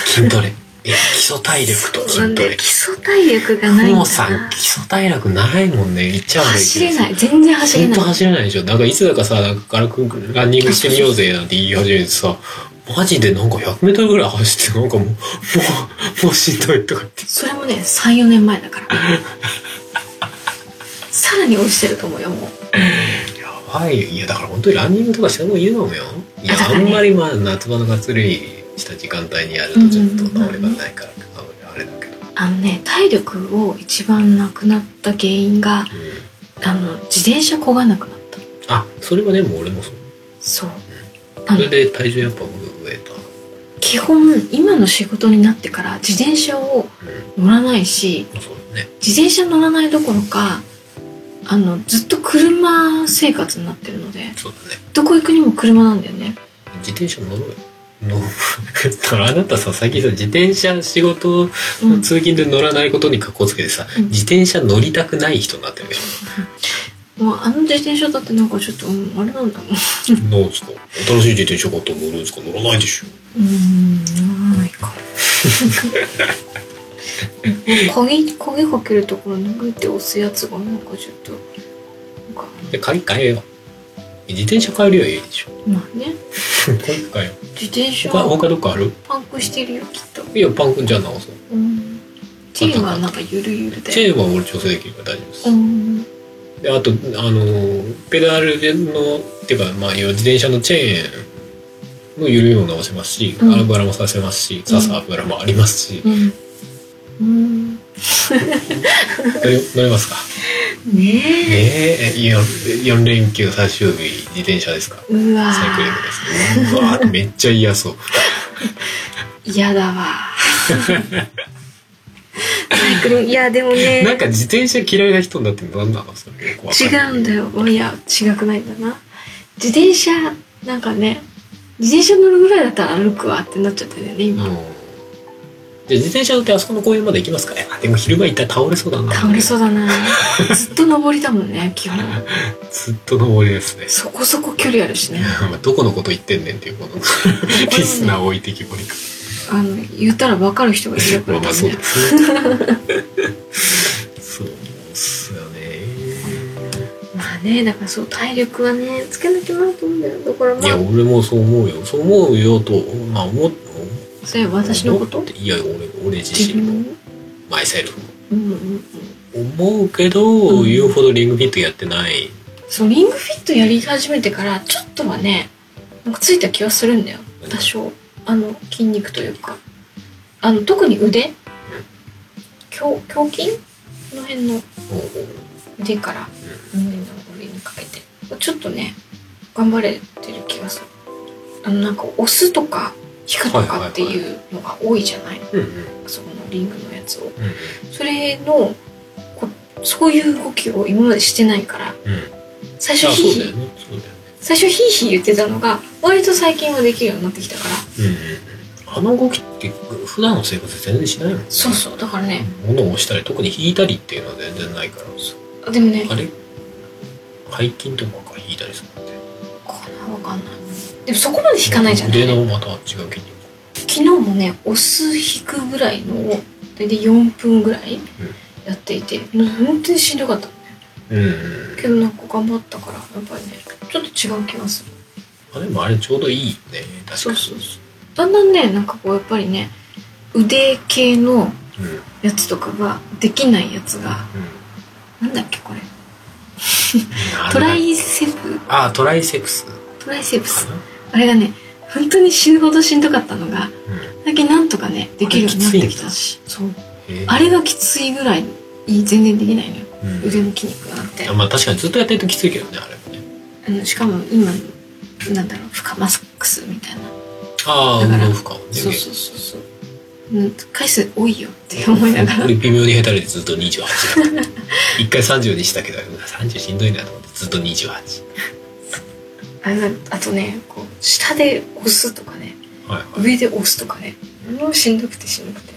Speaker 1: 筋トレ。 え基礎体力と
Speaker 2: なん
Speaker 1: 筋ト
Speaker 2: で、
Speaker 1: レ
Speaker 2: 基。礎体力がない
Speaker 1: ふ
Speaker 2: んだ
Speaker 1: もさん、
Speaker 2: な
Speaker 1: 基。礎体力長いもんね。行っちゃうんだ。
Speaker 2: 走れないい。全然走
Speaker 1: ほ
Speaker 2: れ
Speaker 1: ん
Speaker 2: ない
Speaker 1: と。走れないでしょ。なんかいつだかさ、なんか軽くランニングしてみようぜなんて言い始めてさ、マジでなんか100メートルぐらい走って、なんかもう、もう、もうしんどいとか言って。
Speaker 2: それもね34年前だからさらに落ちてると思うよもう
Speaker 1: やばいよ。いや、だから本当にランニングとかしてもいいのよ。いや
Speaker 2: あだ、か
Speaker 1: あ
Speaker 2: らね
Speaker 1: んまりまあ、夏場のがっつりした時間帯にやるとちょっと倒れがないから、あれだけど。
Speaker 2: あのね体力を一番なくなった原因が
Speaker 1: うん
Speaker 2: あの自転車こがなくなった
Speaker 1: あ、それはでも俺もそう。
Speaker 2: そうあ
Speaker 1: そ
Speaker 2: の
Speaker 1: れで体重やっぱ増えた。
Speaker 2: 基本今の仕事になってから自転車を
Speaker 1: う
Speaker 2: 乗らないし
Speaker 1: ん。そうだね。
Speaker 2: 自転車乗らないどころかあのずっと車生活になってるので
Speaker 1: そうだね。
Speaker 2: どこ行くにも車なんだよね
Speaker 1: 自転車乗ろうよ。乗ろう だからあなたさ、最近さ、自転車仕事
Speaker 2: う
Speaker 1: の
Speaker 2: ん
Speaker 1: 通勤で乗らないことに格好つけてさ、
Speaker 2: うん
Speaker 1: 自転車乗りたくない人になってるでしょ。
Speaker 2: もうあの自転車だってなんかちょっと、うんあれなんだもん
Speaker 1: なんですか新しい自転車買ったら乗るんですか乗らないでしょ。
Speaker 2: うーん、ならな いか。鍵、鍵かけるところにグイって押すやつがなんかちょっと、なんか、
Speaker 1: で、鍵変えよう。自転車変えるよりはいいでしょ。
Speaker 2: まあね、
Speaker 1: 鍵変えよ
Speaker 2: 自転
Speaker 1: う。
Speaker 2: 車
Speaker 1: 他、他どっかある
Speaker 2: パンクしてるよ、きっと。
Speaker 1: いや、パン君じゃあ直そう。
Speaker 2: うん。チェーンはなんかゆるゆる
Speaker 1: チ
Speaker 2: で。
Speaker 1: ェーンは俺調整できるから大丈夫です。
Speaker 2: うん。
Speaker 1: であとあのペダルのっていうか、まあ、要は自転車のチェーンの緩いものを直せますし、
Speaker 2: うん
Speaker 1: 油もさせますし刺す油もありますし、
Speaker 2: うん。うん。ね
Speaker 1: 乗り乗れますかね
Speaker 2: え。
Speaker 1: ええ四4連休最終日自転車ですか
Speaker 2: うわ
Speaker 1: サイクリングですねうわめっちゃ嫌そう
Speaker 2: ー嫌だわ。 サイクル、いや、でもね。
Speaker 1: なんか自転車嫌いな人になって何なのそれよくわかんない
Speaker 2: 違うんだよ。いや、違くないんだな。自転車、なんかね、自転車乗るぐらいだったら歩くわってなっちゃったんだよね、
Speaker 1: うん
Speaker 2: 今。
Speaker 1: じゃあ自転車乗ってあそこの公園まで行きますかねあでも昼間行ったら倒れそうだな
Speaker 2: 倒れそうだな。ずっと登りだもんね、基本。
Speaker 1: ずっと登りですね
Speaker 2: そこそこ距離あるしね。
Speaker 1: まあどこのこと言ってんねんっていう このリスナーを置いてきぼりか。
Speaker 2: あの、言ったら分かる人がいるか
Speaker 1: ま
Speaker 2: ら
Speaker 1: あ
Speaker 2: ね
Speaker 1: まあ。 そうですね。そうっすよね。
Speaker 2: まあね、だからそう、体力はね、つけなきゃなと思うんだよ。だからま
Speaker 1: いや
Speaker 2: あ、
Speaker 1: 俺もそう思うよ。そう思うよとまあ思っ
Speaker 2: それは私のこと
Speaker 1: 思っていや俺俺
Speaker 2: 自
Speaker 1: 自身も
Speaker 2: 分
Speaker 1: マイセルフも
Speaker 2: うんうんうん。
Speaker 1: 思うけど、
Speaker 2: うん
Speaker 1: 言うほどリングフィットやってない。
Speaker 2: そう、リングフィットやり始めてから、ちょっとはね、なんかついた気はするんだよ。多少。あの、筋肉というか。あの、特に腕胸、胸筋この辺の
Speaker 1: もう
Speaker 2: 腕から胸の上にかけて。ちょっとね、頑張れてる気がする。あの、なんか押すとか、引くとかっていうのが多いじゃない,、
Speaker 1: うんうん
Speaker 2: そこのリングのやつを。
Speaker 1: うん
Speaker 2: それの、こそういう動きを今までしてないから、
Speaker 1: うん。
Speaker 2: 最
Speaker 1: あ
Speaker 2: 初
Speaker 1: そう
Speaker 2: ヒーヒ
Speaker 1: だ
Speaker 2: ー
Speaker 1: よね。そうだよね。
Speaker 2: 最初ヒーヒー言ってたのが割と最近はできるようになってきたから
Speaker 1: うんうんうん。あの動きって普段の生活で全然しないもんね。
Speaker 2: そうそうだからね
Speaker 1: 物を押したり特に引いたりっていうのは全然ないから
Speaker 2: あでもね
Speaker 1: あれ背筋とかが引いたりするんで
Speaker 2: こんなわかんないでもそこまで引かないじゃない
Speaker 1: 腕のまた違う筋肉
Speaker 2: 昨日もね押す引くぐらいのを大体4分ぐらいやっていて、うん、本当にしんどかった
Speaker 1: うん、
Speaker 2: けどなんか頑張ったからやっぱりねちょっと違う気がする
Speaker 1: あでもあれちょうどいいね確かに
Speaker 2: そうそうそうだんだんねなんかこうやっぱりね腕系の
Speaker 1: うんうん
Speaker 2: やつとかができないやつがなんだっけこれ
Speaker 1: あ
Speaker 2: ト
Speaker 1: れだ
Speaker 2: ライセプ
Speaker 1: あトライセックス
Speaker 2: トライセプス
Speaker 1: かな、
Speaker 2: あれがね、本当に死ぬほどしんどかったのが、
Speaker 1: うん
Speaker 2: だけなんとかね、できるようになってきたし。そう。
Speaker 1: えー
Speaker 2: あれがきついぐらい、全然できないのよ。
Speaker 1: うん
Speaker 2: 腕の筋肉があって
Speaker 1: あ。まあ確かにずっとやってるときついけどねあれもね
Speaker 2: あのしかも今、なんだろう、負荷マックスみたいな。
Speaker 1: ああ、
Speaker 2: だ
Speaker 1: 運
Speaker 2: から
Speaker 1: 動負荷をね。
Speaker 2: そうそうそうそう。うん、回数多いよって思いながら。
Speaker 1: 俺微妙に下手でずっと28だった。一回30にしたけど、30しんどいなと思ってずっと28。
Speaker 2: あれだあとね、こう、下で押すとかね、
Speaker 1: はいはい。
Speaker 2: 上で押すとかね、もうしんどくてしんどくて。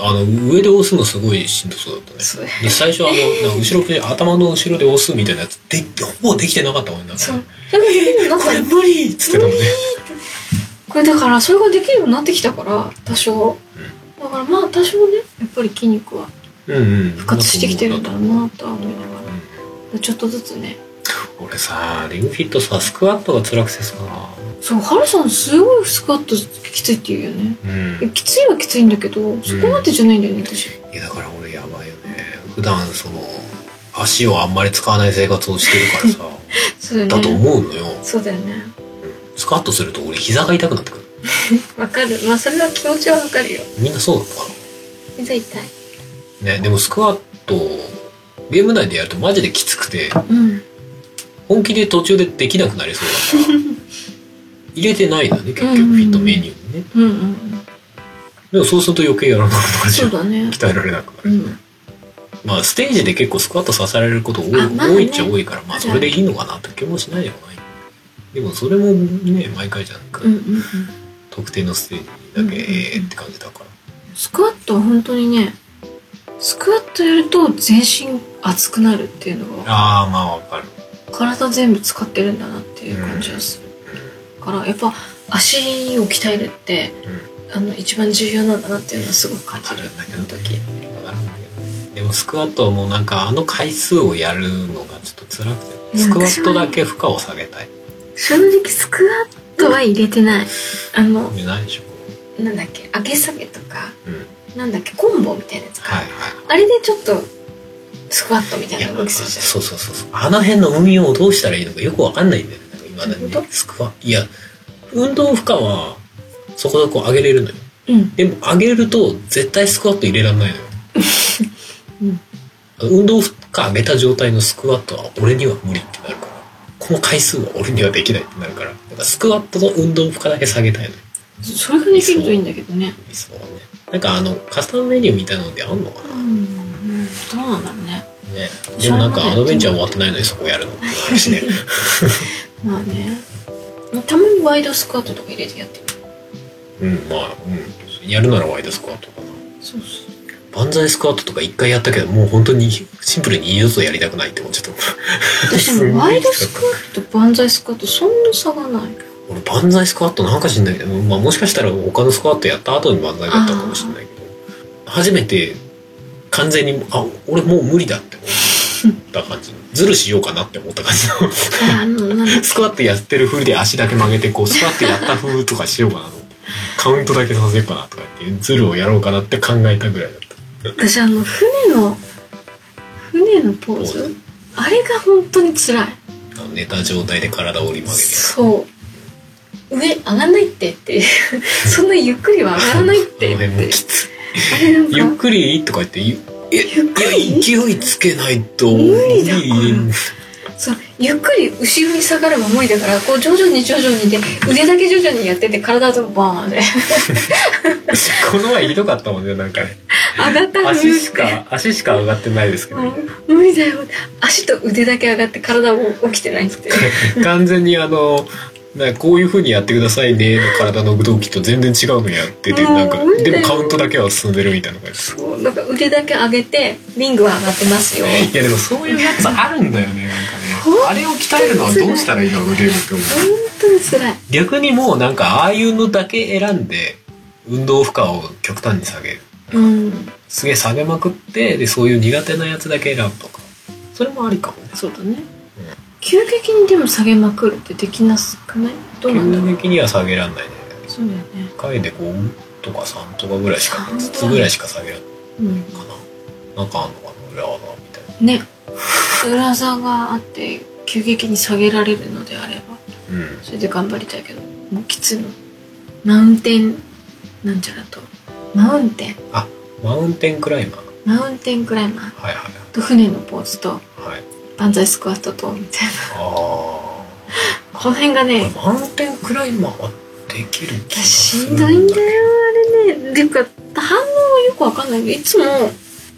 Speaker 1: あの、上で押すのすごいしんどそうだったね。
Speaker 2: そう
Speaker 1: で最初あの、なんか後ろで頭の後ろで押すみたいなやつ、でほぼできてなかったもんな。
Speaker 2: そう。でもできるようになっ
Speaker 1: こ
Speaker 2: た
Speaker 1: れ
Speaker 2: よ
Speaker 1: 無理っつってたもんね。
Speaker 2: これだから、それができるようになってきたから、多少。だからまあ、多少ね、やっぱり筋肉は
Speaker 1: うんうん。
Speaker 2: 復活してきてるんだろうなとは思いなが
Speaker 1: うん
Speaker 2: ら。ちょっとずつね。
Speaker 1: 俺さ、リングフィットさ、スクワットが辛くてさ、
Speaker 2: そう、ハルさんすごいスクワットきついって言うよね。
Speaker 1: うん。
Speaker 2: いやきついはきついんだけど、そこまでじゃないんだよね、私。
Speaker 1: いやだから俺やばいよね普段その足をあんまり使わない生活をしてるからさ
Speaker 2: そうだ
Speaker 1: だと
Speaker 2: よね。
Speaker 1: 思うのよ
Speaker 2: そうだよね。
Speaker 1: スカッとすると俺膝が痛くなってくる
Speaker 2: わかる。まあ、それは気持ちはわかるよ。
Speaker 1: みんなそうだったか
Speaker 2: 膝痛い。
Speaker 1: なねでもスクワットゲーム内でやるとマジできつくて
Speaker 2: うん。
Speaker 1: 本気で途中でできなくなりそうだ から入れてないんだね結局
Speaker 2: うんうんうん
Speaker 1: フィットメニューにね
Speaker 2: うんうんうん。
Speaker 1: でもそうすると余計やらなくなるじ
Speaker 2: そ
Speaker 1: ゃん
Speaker 2: うだね。
Speaker 1: 鍛えられなくなる、
Speaker 2: うん。
Speaker 1: まあステージで結構スクワットさせられること多い,、
Speaker 2: あまあね
Speaker 1: 多いっちゃ多いからまあそれでいいのかなって気もしないでもないでもそれもね毎回じゃなく、
Speaker 2: うんうんうん。
Speaker 1: 特定のステージだけ、
Speaker 2: うん
Speaker 1: えーって感じだから
Speaker 2: スクワットは本当にね、スクワットやると全身熱くなるっていうのが、
Speaker 1: ああまあわかる
Speaker 2: 体全部使ってるんだなっていう感じがする。から、やっぱ足を鍛えるって、あの、一番重要なんだなっていうのはすごく感じ
Speaker 1: ある
Speaker 2: る。
Speaker 1: んだけ
Speaker 2: あ
Speaker 1: ど
Speaker 2: の時。
Speaker 1: わかるんだけどでもスクワットはもうなんかあの回数をやるのがちょっと辛くてスクワットだけ負荷を下げたい
Speaker 2: 正直スクワットは入れてない。あの、
Speaker 1: でないでしょ
Speaker 2: なんだっけ、上げ下げとか、
Speaker 1: うんはい
Speaker 2: なんだっけ、コンボみたいなやつか。
Speaker 1: はい
Speaker 2: あれでちょっとスクワットみた
Speaker 1: い
Speaker 2: い
Speaker 1: や
Speaker 2: な
Speaker 1: そ
Speaker 2: 動
Speaker 1: う
Speaker 2: きするじゃ
Speaker 1: そうそうそうあの辺の運用をどうしたらいいのかよくわかんないんだよねなんか今だに
Speaker 2: どういう
Speaker 1: ね
Speaker 2: こ
Speaker 1: スクワいや運動負荷はそこそこ上げれるのよ
Speaker 2: ん。うん。
Speaker 1: でも上げると絶対スクワット入れらんないのよ、
Speaker 2: うん
Speaker 1: 運動負荷上げた状態のスクワットは俺には無理ってなるからこの回数は俺にはできないってなるからだからスクワットの運動負荷だけ下げたいのよ
Speaker 2: それができるといいんだけどね。
Speaker 1: 理想はねなんかあのカスタムメニューみたいなのであんのか
Speaker 2: う。
Speaker 1: なん
Speaker 2: どうなんだろうね。
Speaker 1: ねでもなんかアドベンチャー終わってないのにそこやるのってなるしね
Speaker 2: まあね。たまにワイドスクワットとか入れてやってる。
Speaker 1: うんまあうんやるならワイドスクワットかな
Speaker 2: そうそう。
Speaker 1: 万歳スクワットとか一回やったけどもう本当にシンプルに二度とやりたくないって思っちゃった
Speaker 2: 私でもワイドスクワットと万歳スクワットそんな差がない。
Speaker 1: 俺万歳スクワットなんか知んないけど、まあ、もしかしたら他のスクワットやった後に万歳だったかもしれないけど 初めて完全にあ俺もう無理だって思った感じズルしようかなって思った感じの
Speaker 2: あの、なんだ
Speaker 1: スクワットやってる風で足だけ曲げてこうスクワットやった風とかしようかなと思ってカウントだけさせようかなとかっていうズルをやろうかなって考えたぐらいだった
Speaker 2: 私あの、船の、船のポー
Speaker 1: ポー
Speaker 2: ズあれが本当に辛い。
Speaker 1: あの寝た状態で体を折り曲げて
Speaker 2: そう。上上がんないってっていう。 そんなゆっくりは上がらないってっ
Speaker 1: あの辺も
Speaker 2: て。
Speaker 1: きつい
Speaker 2: あれなんか
Speaker 1: ゆっくりとか言ってゆえ
Speaker 2: ゆっくり
Speaker 1: いや勢いつけないと
Speaker 2: 無理だ
Speaker 1: 無理
Speaker 2: そうゆっくり後ろに下がるは無理だからこう徐々に徐々にで腕だけ徐々にやってて体とバー ンで
Speaker 1: この前ひどかったもんねなんかね
Speaker 2: 上がった
Speaker 1: 足しか足しか上がってないですけど、
Speaker 2: うん無理だよ足と腕だけ上がって体も起きてないって
Speaker 1: 完全にあのなんかこういう風にやってくださいねの体の動きと全然違うのやってて
Speaker 2: うん
Speaker 1: なんか
Speaker 2: 無理だよ
Speaker 1: でもカウントだけは進んでるみたいな感じ
Speaker 2: そうなんか腕だけ上げてリングは上がってますよ
Speaker 1: いやでもそういうやつあるんだよねなんか
Speaker 2: ほん
Speaker 1: ねあれを鍛えるのはどうしたらいいのゲームって思う
Speaker 2: 本当に辛い
Speaker 1: 逆にもうなんかああいうのだけ選んで運動負荷を極端に下げる
Speaker 2: うん
Speaker 1: すげえ下げまくってでそういう苦手なやつだけ選ぶとかそれもありかもね
Speaker 2: そうだね急激にでも下げまくるってできなくないどうなんだろ
Speaker 1: 急
Speaker 2: う
Speaker 1: 激には下げらんないね
Speaker 2: そうだよね
Speaker 1: 回で5とか3とかぐらいしか
Speaker 2: 3
Speaker 1: 5つぐらいしか下げられな
Speaker 2: うん
Speaker 1: いかななんかあんのかな裏技みたいな
Speaker 2: ね裏座があって急激に下げられるのであれば
Speaker 1: うん
Speaker 2: それで頑張りたいけどもうきついのマウンテンなんちゃらとマウンテン
Speaker 1: マウンテンクライマー
Speaker 2: マウンテンクライマー
Speaker 1: はいは
Speaker 2: と船のポーズと
Speaker 1: いはい
Speaker 2: 万歳スクワットとみたいな
Speaker 1: あ
Speaker 2: この辺がね
Speaker 1: あマウンテンクライマーってできる気がす
Speaker 2: し
Speaker 1: る
Speaker 2: んどいんだよあれねっていうか反応はよくわかんないけどいつも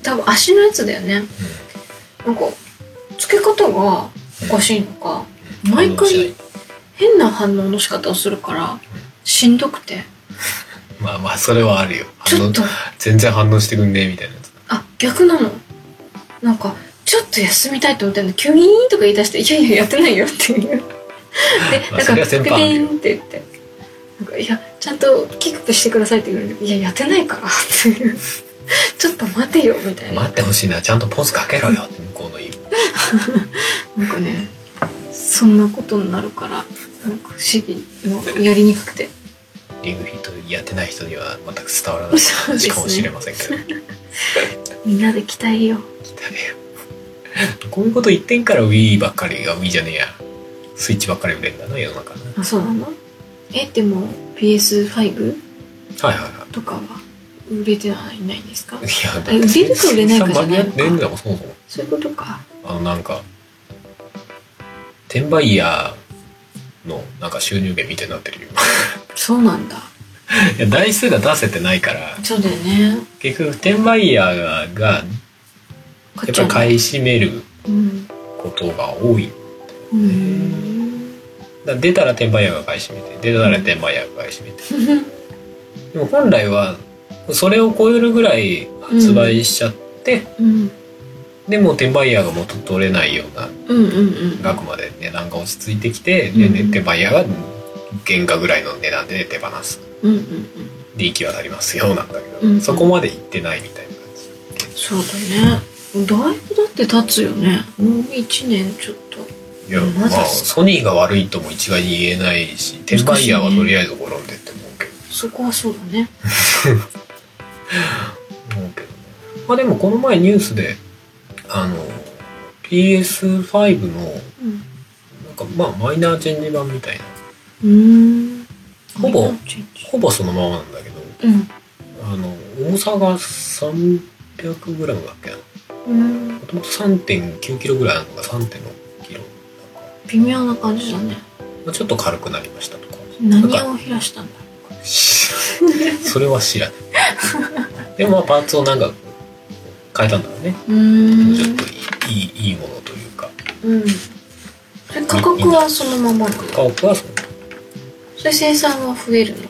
Speaker 2: 多分足のやつだよねなんか付け方がおかしいのか
Speaker 1: うん
Speaker 2: 毎
Speaker 1: 反応しない
Speaker 2: 回変な反応の仕方をするからしんどくて
Speaker 1: まあまあそれはあるよ
Speaker 2: ち
Speaker 1: 反
Speaker 2: ょ
Speaker 1: 応
Speaker 2: っと
Speaker 1: 全然反応してくんねえみたいなやつ
Speaker 2: あ逆なのなんかちょっと休みたいと思ったんだキュイーンとか言い出して「いやいややってないよ」っ ていうで
Speaker 1: まあ
Speaker 2: なん
Speaker 1: そ
Speaker 2: か
Speaker 1: れは
Speaker 2: ピ
Speaker 1: 先
Speaker 2: ピ
Speaker 1: 輩あるよ
Speaker 2: ーンって言って「なんかいやちゃんとキックしてください」って言われて「いややってないから」っていう 「ちょっと待てよ」みたいな
Speaker 1: 待ってほしいなちゃんとポーズかけろよって向こうの言う
Speaker 2: なんかねそんなことになるからなんか不思議のやりにくくて
Speaker 1: リングフィットやってない人には全く伝わらない
Speaker 2: そうで
Speaker 1: 話かも
Speaker 2: す
Speaker 1: しれ
Speaker 2: ね
Speaker 1: ませんけど、
Speaker 2: みんなで鍛えよう
Speaker 1: こういうこと言ってんから Wii ばっかりが Wii じゃねえやスイッチばっかり売れんだな世の中ね
Speaker 2: あそうなのえでも PS5
Speaker 1: はいはいはい
Speaker 2: とかは売れてはいないんですか
Speaker 1: いやだって
Speaker 2: え売れるか売れないかじゃないのか
Speaker 1: 生産間に合ってんだもんそもそも
Speaker 2: そういうことか
Speaker 1: あのなんか転売ヤーのなんか収入源みたいになってるよ
Speaker 2: そうなんだ。
Speaker 1: いや台数が出せてないから
Speaker 2: そうだよね。
Speaker 1: 結局転売ヤーがや
Speaker 2: 買
Speaker 1: っぱり買い占める
Speaker 2: うん。
Speaker 1: ことが多い
Speaker 2: うん。
Speaker 1: だから出たら転売ヤーが買い占めて出たら転売ヤーが買い占めて でも本来はそれを超えるぐらい発売しちゃって、
Speaker 2: うん。
Speaker 1: でも転売ヤーが元取れないような
Speaker 2: うんうんうん。
Speaker 1: 額まで値段が落ち着いてきて、
Speaker 2: うん
Speaker 1: で転売ヤーが原価ぐらいの値段で手放す
Speaker 2: うんうんうん。
Speaker 1: で行き渡りますよなんだけど、
Speaker 2: うん
Speaker 1: そこまで行ってないみたいな感
Speaker 2: そうだね。だいぶだって経つよね。もう一年ちょっと。
Speaker 1: じいや
Speaker 2: ま
Speaker 1: ま
Speaker 2: だ
Speaker 1: あソニーが悪いとも一概に言えないし転売ヤーはとりあえず転んでって思うけど
Speaker 2: そこはそうだね。
Speaker 1: 思うけどねまあでもこの前ニュースであの PS5 の
Speaker 2: うん。
Speaker 1: なんかまあマイナーチェンジ版みたいな
Speaker 2: うーん。
Speaker 1: ほぼ
Speaker 2: うん。
Speaker 1: ほぼそのままなんだけどあの重さが 300g だっけな
Speaker 2: うん。
Speaker 1: もともと 3.9kg ぐらいあるのが 3.6kg
Speaker 2: 微妙な感じだね。
Speaker 1: まあ、ちょっと軽くなりましたとか
Speaker 2: 何
Speaker 1: なんか
Speaker 2: を減らしたんだ。
Speaker 1: 知らないそれは知らないでもまあパーツをなんか変えたんだろうね
Speaker 2: うーん
Speaker 1: ちょっといいいいいいものというか
Speaker 2: うん。それ価格はそのままなの。
Speaker 1: 価格はその
Speaker 2: それ生産は増えるの。
Speaker 1: い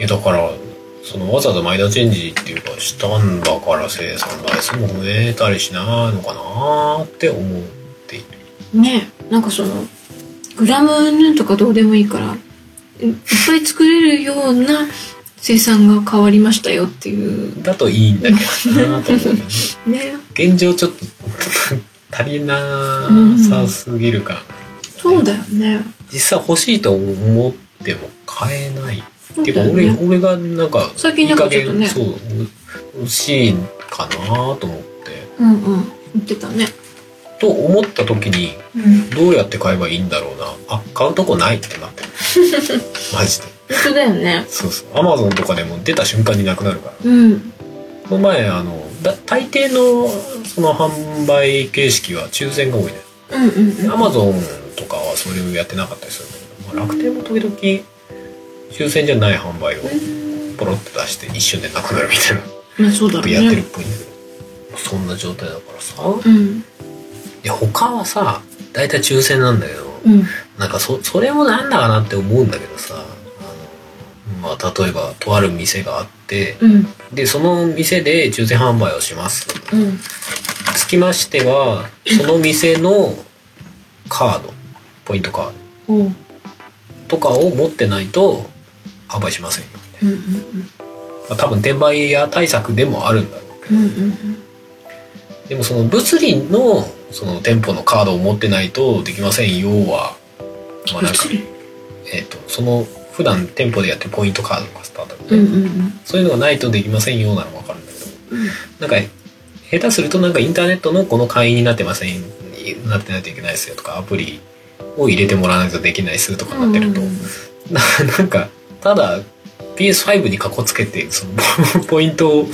Speaker 1: やだからそのわざわざマイナーチェンジっていうかしたんだから生産台数も増えたりしないのかなーって思っている
Speaker 2: ねなんかそのグラム云々とかどうでもいいからいいっぱい作れるような生産が変わりましたよっていう
Speaker 1: だといいんだけどなーと思う、ね、
Speaker 2: ね
Speaker 1: 現状ちょっと 足りなさすぎるか、
Speaker 2: そうだよね
Speaker 1: 実際欲しいと思っても買えない
Speaker 2: そう
Speaker 1: て
Speaker 2: だ
Speaker 1: か
Speaker 2: よ
Speaker 1: 俺、
Speaker 2: ね
Speaker 1: 俺がなんか
Speaker 2: 最近なんかちょっとね
Speaker 1: いい加減そう欲しいかなと思って
Speaker 2: うんうん言ってたね
Speaker 1: と思った時に
Speaker 2: うん本
Speaker 1: どうやって買えばいいんだろうなあ買うとこないってな ってるマジで
Speaker 2: 当だよね
Speaker 1: そうそうアマゾンとかでも出た瞬間になくなるから
Speaker 2: うん
Speaker 1: この前あのだ大抵のその販売形式は抽選が多いね
Speaker 2: うんうんうん
Speaker 1: アマゾンとかはそれをやってなかったりするんだけど、まあ、楽天も時々抽選じゃない販売を
Speaker 2: うん
Speaker 1: ポロッと出して一瞬でなくなるみたいな
Speaker 2: まあそうだろうね
Speaker 1: やってるっぽいんだけどそんな状態だからさ
Speaker 2: うん
Speaker 1: いや他はさ大体抽選なんだけど
Speaker 2: うん
Speaker 1: なんかそそれもなんだかなって思うんだけどさあの、まあ、例えばとある店があって
Speaker 2: うん
Speaker 1: でその店で抽選販売をします
Speaker 2: うん
Speaker 1: つきましてはその店のカードポイントカード
Speaker 2: おう
Speaker 1: とかを持ってないと販売しませんよ、
Speaker 2: うんうんうん
Speaker 1: まあ、多分転売屋対策でもあるんだろうけど、
Speaker 2: うんうんうん
Speaker 1: でもその物理のその店舗のカードを持ってないとできませんよは、まあなんか
Speaker 2: 物、理
Speaker 1: えっとその普段店舗でやってるポイントカードとかスタート、
Speaker 2: うんうんうん
Speaker 1: そういうのがないとできませんよならわかるんだけど
Speaker 2: うん
Speaker 1: なんか下手するとなんかインターネットのこの会員になってませんなってないといけないですよとかアプリを入れてもらわないとできないですとかなってると、ななんかただ PS5 にかこつけてその ポポイントを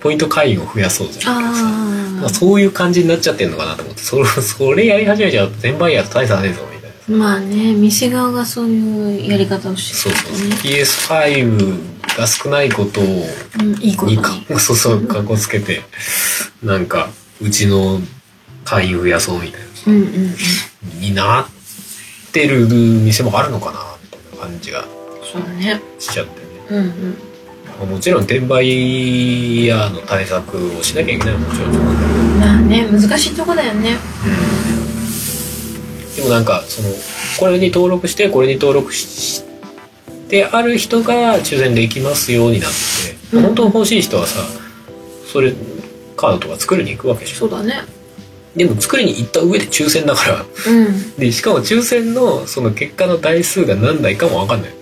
Speaker 1: ポイント会員を増やそうじゃないけどさ
Speaker 2: あ
Speaker 1: ま
Speaker 2: あ
Speaker 1: あ、そういう感じになっちゃってるのかなと思ってそれそれやり始めちゃうと転売ヤーと大差ねえぞみたいなさ
Speaker 2: まあね、店側がそういうやり方をして
Speaker 1: そう
Speaker 2: る
Speaker 1: そう
Speaker 2: とね。
Speaker 1: PS5 が少ないことを
Speaker 2: うん、いいこと
Speaker 1: に
Speaker 2: に。
Speaker 1: かそうそうかっこつけてなんかうちの会員増やそうみたいな
Speaker 2: うんうんうん。
Speaker 1: になってる店もあるのかなみたいな感じが
Speaker 2: そうだね。
Speaker 1: しちゃってね
Speaker 2: うんうん。
Speaker 1: まあもちろん転売屋の対策をしなきゃいけないのはもちろんそうなんだけど
Speaker 2: まあね、難しいとこだよね。
Speaker 1: でもなんかそのこれに登録してこれに登録ししてある人が抽選できますようになって、
Speaker 2: うん
Speaker 1: 本当に欲しい人はさそれカードとか作りに行くわけでしょ
Speaker 2: そうだね。
Speaker 1: でも作りに行った上で抽選だから
Speaker 2: うん。
Speaker 1: でしかも抽選のその結果の台数が何台かも分かんない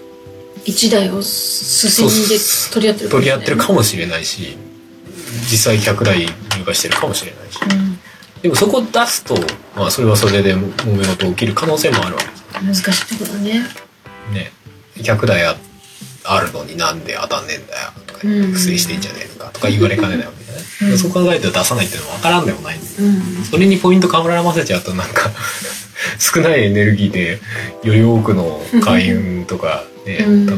Speaker 2: 一台をすすにで取り合ってる
Speaker 1: 取り合ってる
Speaker 2: か
Speaker 1: かもしれないし実際100台入荷してるかもしれないし
Speaker 2: もしれないね。
Speaker 1: でもそこ出すと、まあ、それはそれでも揉め事起きる可能性もあるわけ
Speaker 2: うん。難しいとこだね。
Speaker 1: ね100台ああるのになんで当たんねえんだよとか
Speaker 2: うん
Speaker 1: 不正してんじゃねえのかとか言われかねないわけじゃない、
Speaker 2: うん
Speaker 1: そう考えて出さないっていうのは分からんでもないんだよ
Speaker 2: うん。
Speaker 1: それにポイントかぶらませちゃうとなんか 少ないエネルギーでより多くの会員とか、ね
Speaker 2: うん
Speaker 1: 例え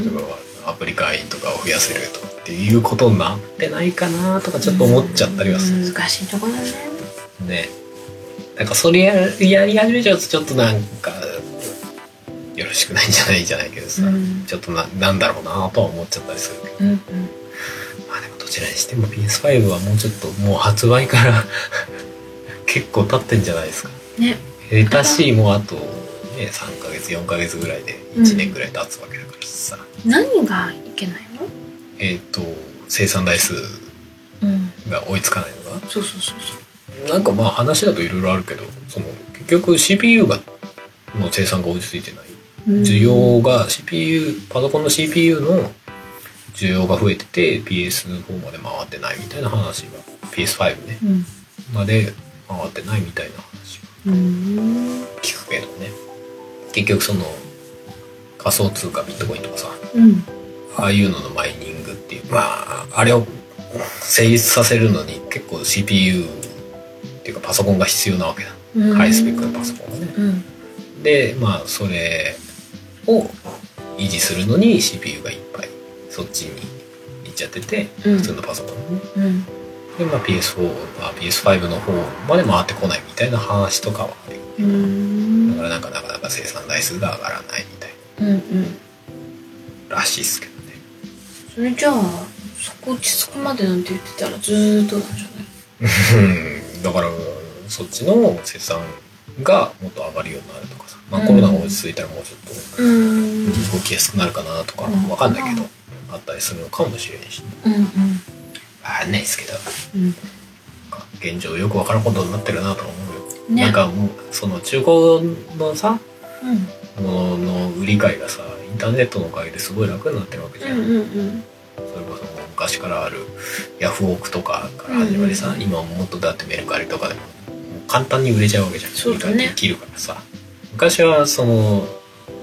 Speaker 1: ばアプリ会員とかを増やせるとかっていうことになってないかなとかちょっと思っちゃったりはする、
Speaker 2: うん難しいとこだね。
Speaker 1: ねなんかそれややり始めちゃうとちょっとなんかよろしくないんじゃないじゃないけどさ、
Speaker 2: うん
Speaker 1: ちょっとななんだろうなとは思っちゃったりするけど
Speaker 2: うんうん。
Speaker 1: まあでもどちらにしても PS5 はもうちょっともう発売から 結構経ってんじゃないですか
Speaker 2: ね。
Speaker 1: 下手しいもうあと、ね、3ヶ月4ヶ月ぐらいで1年ぐらい経つわけだからさ、
Speaker 2: 何がいけないの
Speaker 1: えっ、と生産台数
Speaker 2: うん。
Speaker 1: が追いつかないのが
Speaker 2: そうそうそうそう。
Speaker 1: なんかまあ話だといろいろあるけどその結局 CPU がの生産が追いついてない
Speaker 2: うん
Speaker 1: 需要が CPU パソコンの CPU の需要が増えてて PS4 まで回ってないみたいな話が PS5 ね
Speaker 2: うん。
Speaker 1: まで回ってないみたいな話を
Speaker 2: うん。
Speaker 1: 聞くけどね結局その仮想通貨ビットコインとかさ
Speaker 2: うん。
Speaker 1: ああいうののマイニングっていうまああれを成立させるのに結構 CPU っていうかパソコンが必要なわけだ
Speaker 2: うん
Speaker 1: ハイスペックのパソコンがね
Speaker 2: うん。
Speaker 1: でまあそれを維持するのに CPU がいっぱいそっちに行っちゃってて
Speaker 2: うん
Speaker 1: 普通のパソコンね、
Speaker 2: うん。
Speaker 1: で、まあ、PS4、まあ、PS5 の方まで回ってこないみたいな話とかはあるよ
Speaker 2: う
Speaker 1: だからなん
Speaker 2: ん
Speaker 1: かなかなか生産台数が上がらないみたい
Speaker 2: うんうん。
Speaker 1: らしいっすけどね
Speaker 2: それじゃあ、そこ落ち着くまでなんて言ってたらずーっとなんじゃない
Speaker 1: うんだからそっちの生産がもっと上がるようになるとかさ、まあ、コロナが落ち着いたらもうちょっと
Speaker 2: うん。うん
Speaker 1: 動きやすくなるかなとか
Speaker 2: うん
Speaker 1: わかんないけどあったりするのかもしれないし、ね、
Speaker 2: うん。
Speaker 1: わかんないですけど
Speaker 2: うん。
Speaker 1: 現状よくわからんことになってるなとは思うよ、
Speaker 2: ね
Speaker 1: なんかもうその中古のさ
Speaker 2: うん。
Speaker 1: ものの売り買いがさインターネットのおかげですごい楽になってるわけじ
Speaker 2: う
Speaker 1: ゃん、
Speaker 2: んうんうん。
Speaker 1: それこそもう昔からあるヤフオクとかから始まりさ、
Speaker 2: うんうん
Speaker 1: 今はもっとだってメルカリとかでももう簡単に売れちゃうわけじゃん
Speaker 2: そうだ
Speaker 1: 売
Speaker 2: ね
Speaker 1: り買いできるからさ昔はその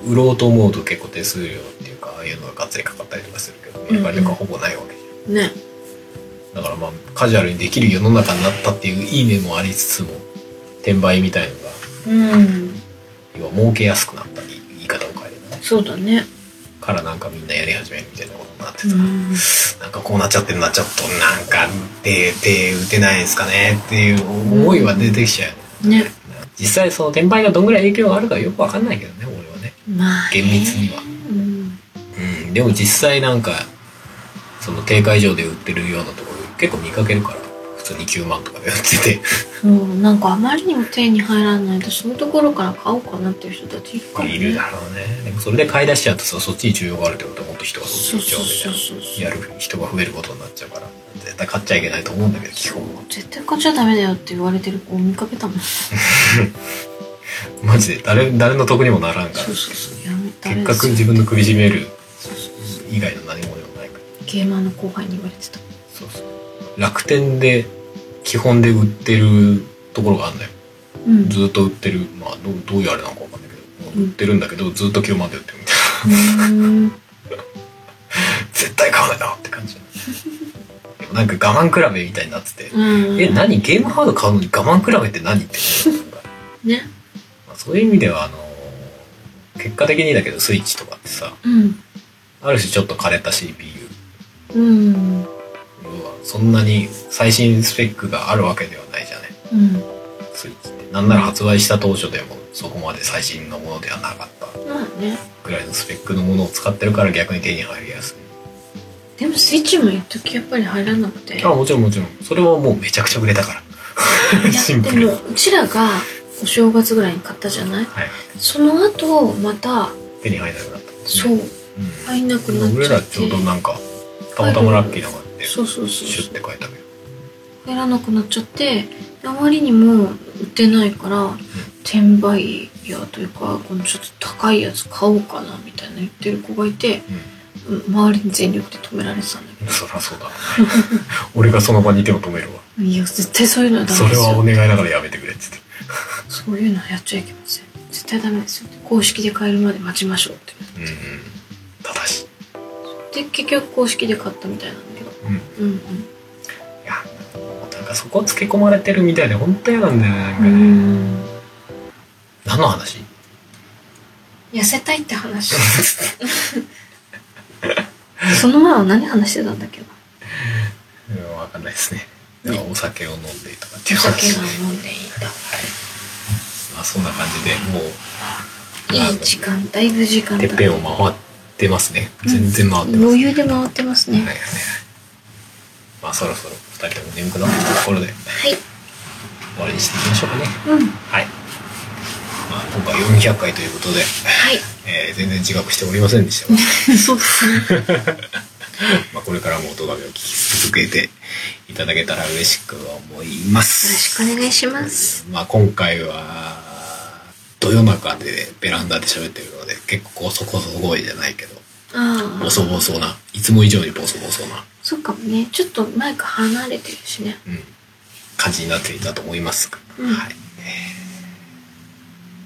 Speaker 1: 売ろうと思うと結構手数料っていうかああいうのががっつりかかったりとかするけどメルカリとかほぼないわけじゃん
Speaker 2: ね。
Speaker 1: だからまあカジュアルにできる世の中になったっていういい面もありつつも転売みたいのが
Speaker 2: うん。
Speaker 1: 要は儲けやすくなったり言い方を変えればね
Speaker 2: そうだね。
Speaker 1: からなんかみんなやり始めるみたいなことになって
Speaker 2: う
Speaker 1: さ、
Speaker 2: ん。
Speaker 1: なんかこうなっちゃってるのはちょっとなんか手手打てないですかねっていう思いは出てきちゃう、
Speaker 2: ね。
Speaker 1: 実際その転売がどんぐらい影響があるかよくわかんないけどね俺はね
Speaker 2: まあ。
Speaker 1: 厳密には
Speaker 2: うん。
Speaker 1: うんでも実際なんかその定価以上で売ってるようなところ結構見かけるから普通に9万とかで売ってて
Speaker 2: そう、なんかあまりにも手に入らないと、そういうところから買おうかなっていう人たちいるから、ね。
Speaker 1: いるだろうねでもそれで買い出しちゃうとさそっちに需要があるってことはもっと人がそ
Speaker 2: そ
Speaker 1: っ
Speaker 2: う
Speaker 1: ちに行
Speaker 2: そ
Speaker 1: っ
Speaker 2: う
Speaker 1: ち
Speaker 2: そ
Speaker 1: ゃう
Speaker 2: う
Speaker 1: みたいな
Speaker 2: そう。
Speaker 1: やる人が増えることになっちゃうから絶対買っちゃいけないと思うんだけど基本は
Speaker 2: 絶対買っちゃダメだよって言われてる子を見かけたもん。そ
Speaker 1: マジで誰誰の得にもならんから
Speaker 2: うそうそう。やめた
Speaker 1: 結果自分の首絞める
Speaker 2: そうそうそ
Speaker 1: 以外の何もでもないから
Speaker 2: う。ゲーマーの後輩に言われてた。
Speaker 1: そうそう楽天で基本で売ってるところがあるんだよ
Speaker 2: うん。
Speaker 1: ずっと売ってるまあどうどういうあれなのかわかんないけど売ってるんだけどずっと9万で売ってるみたいな
Speaker 2: うん。
Speaker 1: 絶対買わないなって 感じでもなんか我慢比べみたいになってて
Speaker 2: うん。
Speaker 1: え何ゲームハ ード買うのに我慢比べって何って思うのが
Speaker 2: ね。
Speaker 1: まあそういう意味ではあの結果的にだけどスイッチとかってさ
Speaker 2: うん。
Speaker 1: ある種ちょっと枯れた CPU
Speaker 2: うん。
Speaker 1: はそんなに最新スペックがあるわけではないじゃね
Speaker 2: うん。
Speaker 1: スイッチってなんなら発売した当初でもそこまで最新のものではなかった
Speaker 2: まあね。
Speaker 1: ぐらいのスペックのものを使ってるから逆に手に入りやすい
Speaker 2: でもスイッチも一時やっぱり入らなくて。
Speaker 1: あもちろんもちろんそれはもうめちゃくちゃ売れたからシンプ
Speaker 2: いや
Speaker 1: ル
Speaker 2: でもうちらがお正月ぐらいに買ったじゃない
Speaker 1: はい
Speaker 2: その後また
Speaker 1: 手に入らなくなった
Speaker 2: そう
Speaker 1: うん
Speaker 2: 入んなくなっ
Speaker 1: 俺
Speaker 2: ちゃ
Speaker 1: ら
Speaker 2: って
Speaker 1: ちょうどなんかたまたまラッキーなのがあって
Speaker 2: そうそうそう
Speaker 1: シュ
Speaker 2: そ
Speaker 1: ッて書いたけど
Speaker 2: う入らなくなっちゃってあまりにも売ってないから転売屋というかこのちょっと高いやつ買おうかなみたいな言ってる子がいて、うん周りに全力で止められてたんだ け
Speaker 1: そりゃそうだ俺がその場にいても止めるわ
Speaker 2: どいや絶対 そういうのはダメ
Speaker 1: そ
Speaker 2: で
Speaker 1: れ
Speaker 2: す
Speaker 1: はお
Speaker 2: よ
Speaker 1: 願いだからやめてくれっつって
Speaker 2: そういうのはやっちゃいけません絶対ダメですよ公式で買えるまで待ちましょうって
Speaker 1: うんうん正しい
Speaker 2: で結局公式で買ったみたいなんだけど
Speaker 1: うんい
Speaker 2: うんうん
Speaker 1: やなんかそこつけ込まれてるみたいで本当嫌なんだよねなんか
Speaker 2: う
Speaker 1: ね、
Speaker 2: ん
Speaker 1: 何の話
Speaker 2: 痩せたいっ て話その前は何話してたんだっけな
Speaker 1: うんわかんないですね
Speaker 2: ね
Speaker 1: お酒を飲んでとかってい
Speaker 2: お
Speaker 1: う
Speaker 2: 酒
Speaker 1: 話
Speaker 2: が飲んでい
Speaker 1: まあそんな感じでもう
Speaker 2: たいい時間だいぶ時間だ
Speaker 1: てっぺんを回ってますね全然回ってます、
Speaker 2: 余裕で回ってますね
Speaker 1: はいはいはいまあそろそろ2人とも眠くなってきたところで
Speaker 2: はい、
Speaker 1: 終わりにしていきましょうかね
Speaker 2: うん
Speaker 1: はい、まあ、今回400回ということで、
Speaker 2: は
Speaker 1: えー全然自覚しておりませんでした が
Speaker 2: いそうですね
Speaker 1: まあこれからもおとがめを聞き続けていただけたら嬉しく思います
Speaker 2: よろしくお願いします
Speaker 1: まあ今回は土夜中でベランダで喋ってるので結構そこそこいじゃないけど
Speaker 2: ああ
Speaker 1: ボソボソないつも以上にボソボソな、
Speaker 2: そっかもねちょっとマイク離れてるしね
Speaker 1: うん、感じになっていたと思いますが、
Speaker 2: うん
Speaker 1: はい、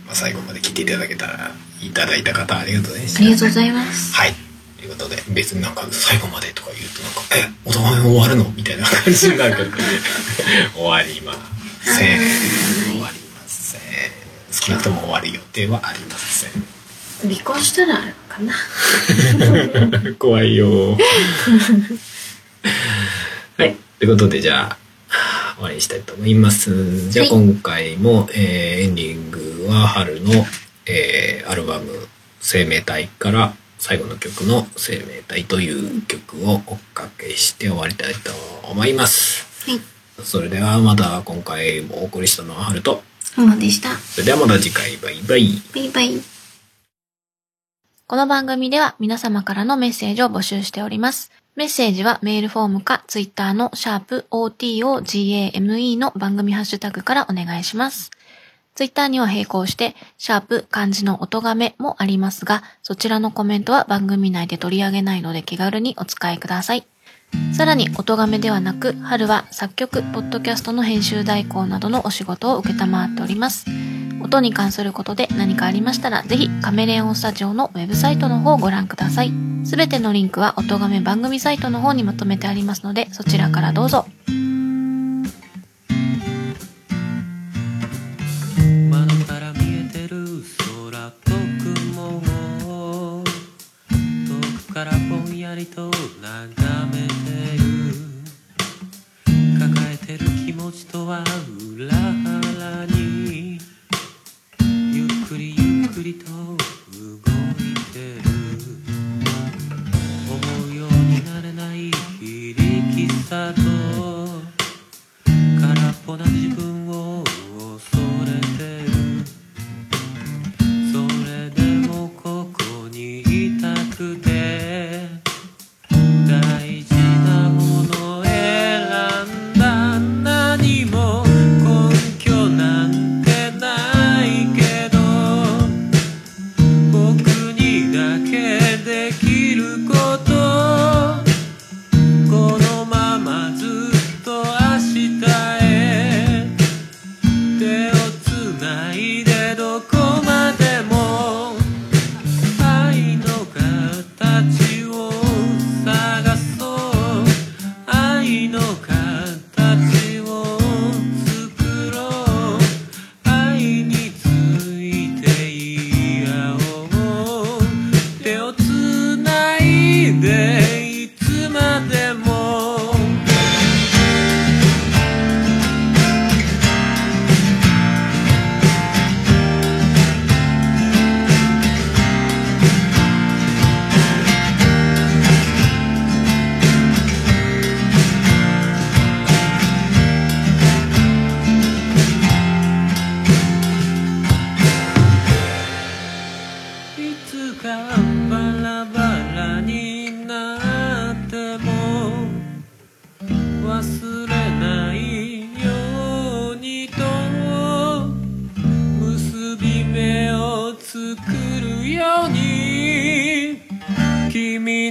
Speaker 1: まあ、最後まで聞いていただけたらいただいた方ありがとうございました
Speaker 2: ありがとうございます
Speaker 1: はい。ということで、別になんか最後までとか言うとなんか、え、お互い終わるのみたいな感じになるから、終わりません。終わりません。少なくとも終わる予定はありません。
Speaker 2: 離婚したらあるかな
Speaker 1: 怖いよ。はい。ということで、じゃあ、終わりにしたいと思います。じゃあ、
Speaker 2: はい
Speaker 1: 今回も、えーエンディングは春の、えーアルバム「生命体」から最後の曲の「生命体」という曲をおかけして終わりたいと思います。
Speaker 2: はい
Speaker 1: それではまた今回もお送りしたのは春と
Speaker 2: ママでした
Speaker 1: それではまた次回バイバイ。
Speaker 2: バイバイ。この番組では皆様からのメッセージを募集しております。メッセージはメールフォームかツイッターのシャープ o t o g a m e の番組ハッシュタグからお願いします。ツイッターには並行して、シャープ漢字の音がめもありますが、そちらのコメントは番組内で取り上げないので気軽にお使いください。さらに、音がめではなく、春は作曲、ポッドキャストの編集代行などのお仕事を受けたまわっております。音に関することで何かありましたら、ぜひカメレオンスタジオのウェブサイトの方をご覧ください。すべてのリンクは音め番組サイトの方にまとめてありますので、そちらからどうぞ。
Speaker 3: 窓から見えてる空っぽ雲を遠くからぼんやりと眺めてる抱えてる気持ちとは裏腹にゆっくりゆっくりと動いてる思うようになれない非力さと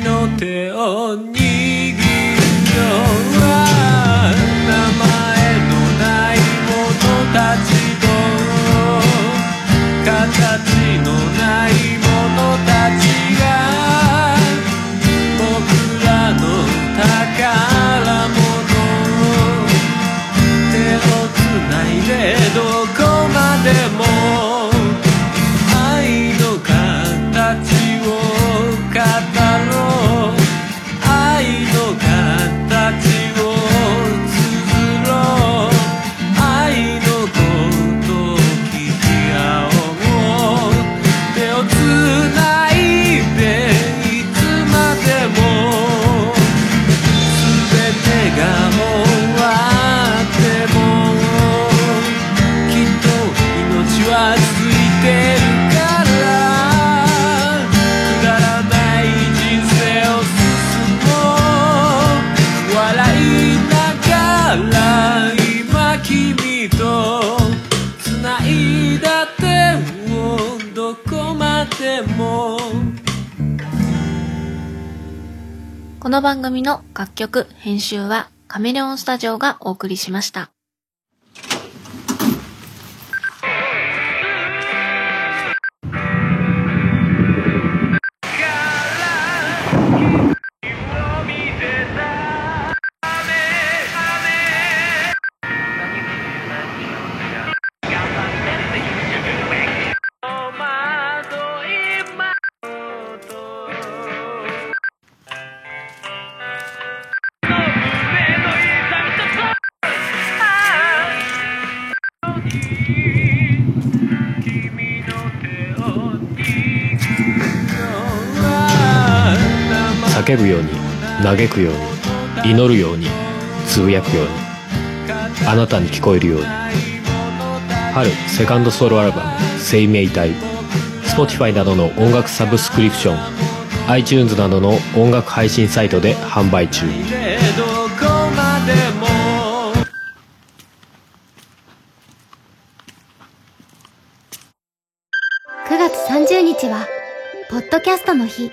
Speaker 3: の人形は名前のないものたちと形のないものたちが僕らの宝物手をつないでどこまでも愛の形を語ろう愛の形を綴ろう愛のことを聞き合おう手をつないでいつまでも「すべてが終わっても」「きっと命は続いてるから」「くだらない人生を進もう」「笑いながら今君とつないだ手をどこまでも」
Speaker 4: この番組の楽曲、編集はカメレオンスタジオがお送りしました。
Speaker 1: 叫ぶように嘆くように祈るようにつぶやくようにあなたに聞こえるように春セカンドソロアルバム「生命体」Spotify などの音楽サブスクリプション iTunes などの音楽配信サイトで販売中
Speaker 3: でどこまでも
Speaker 5: 9月30日は、ポッドキャストの日。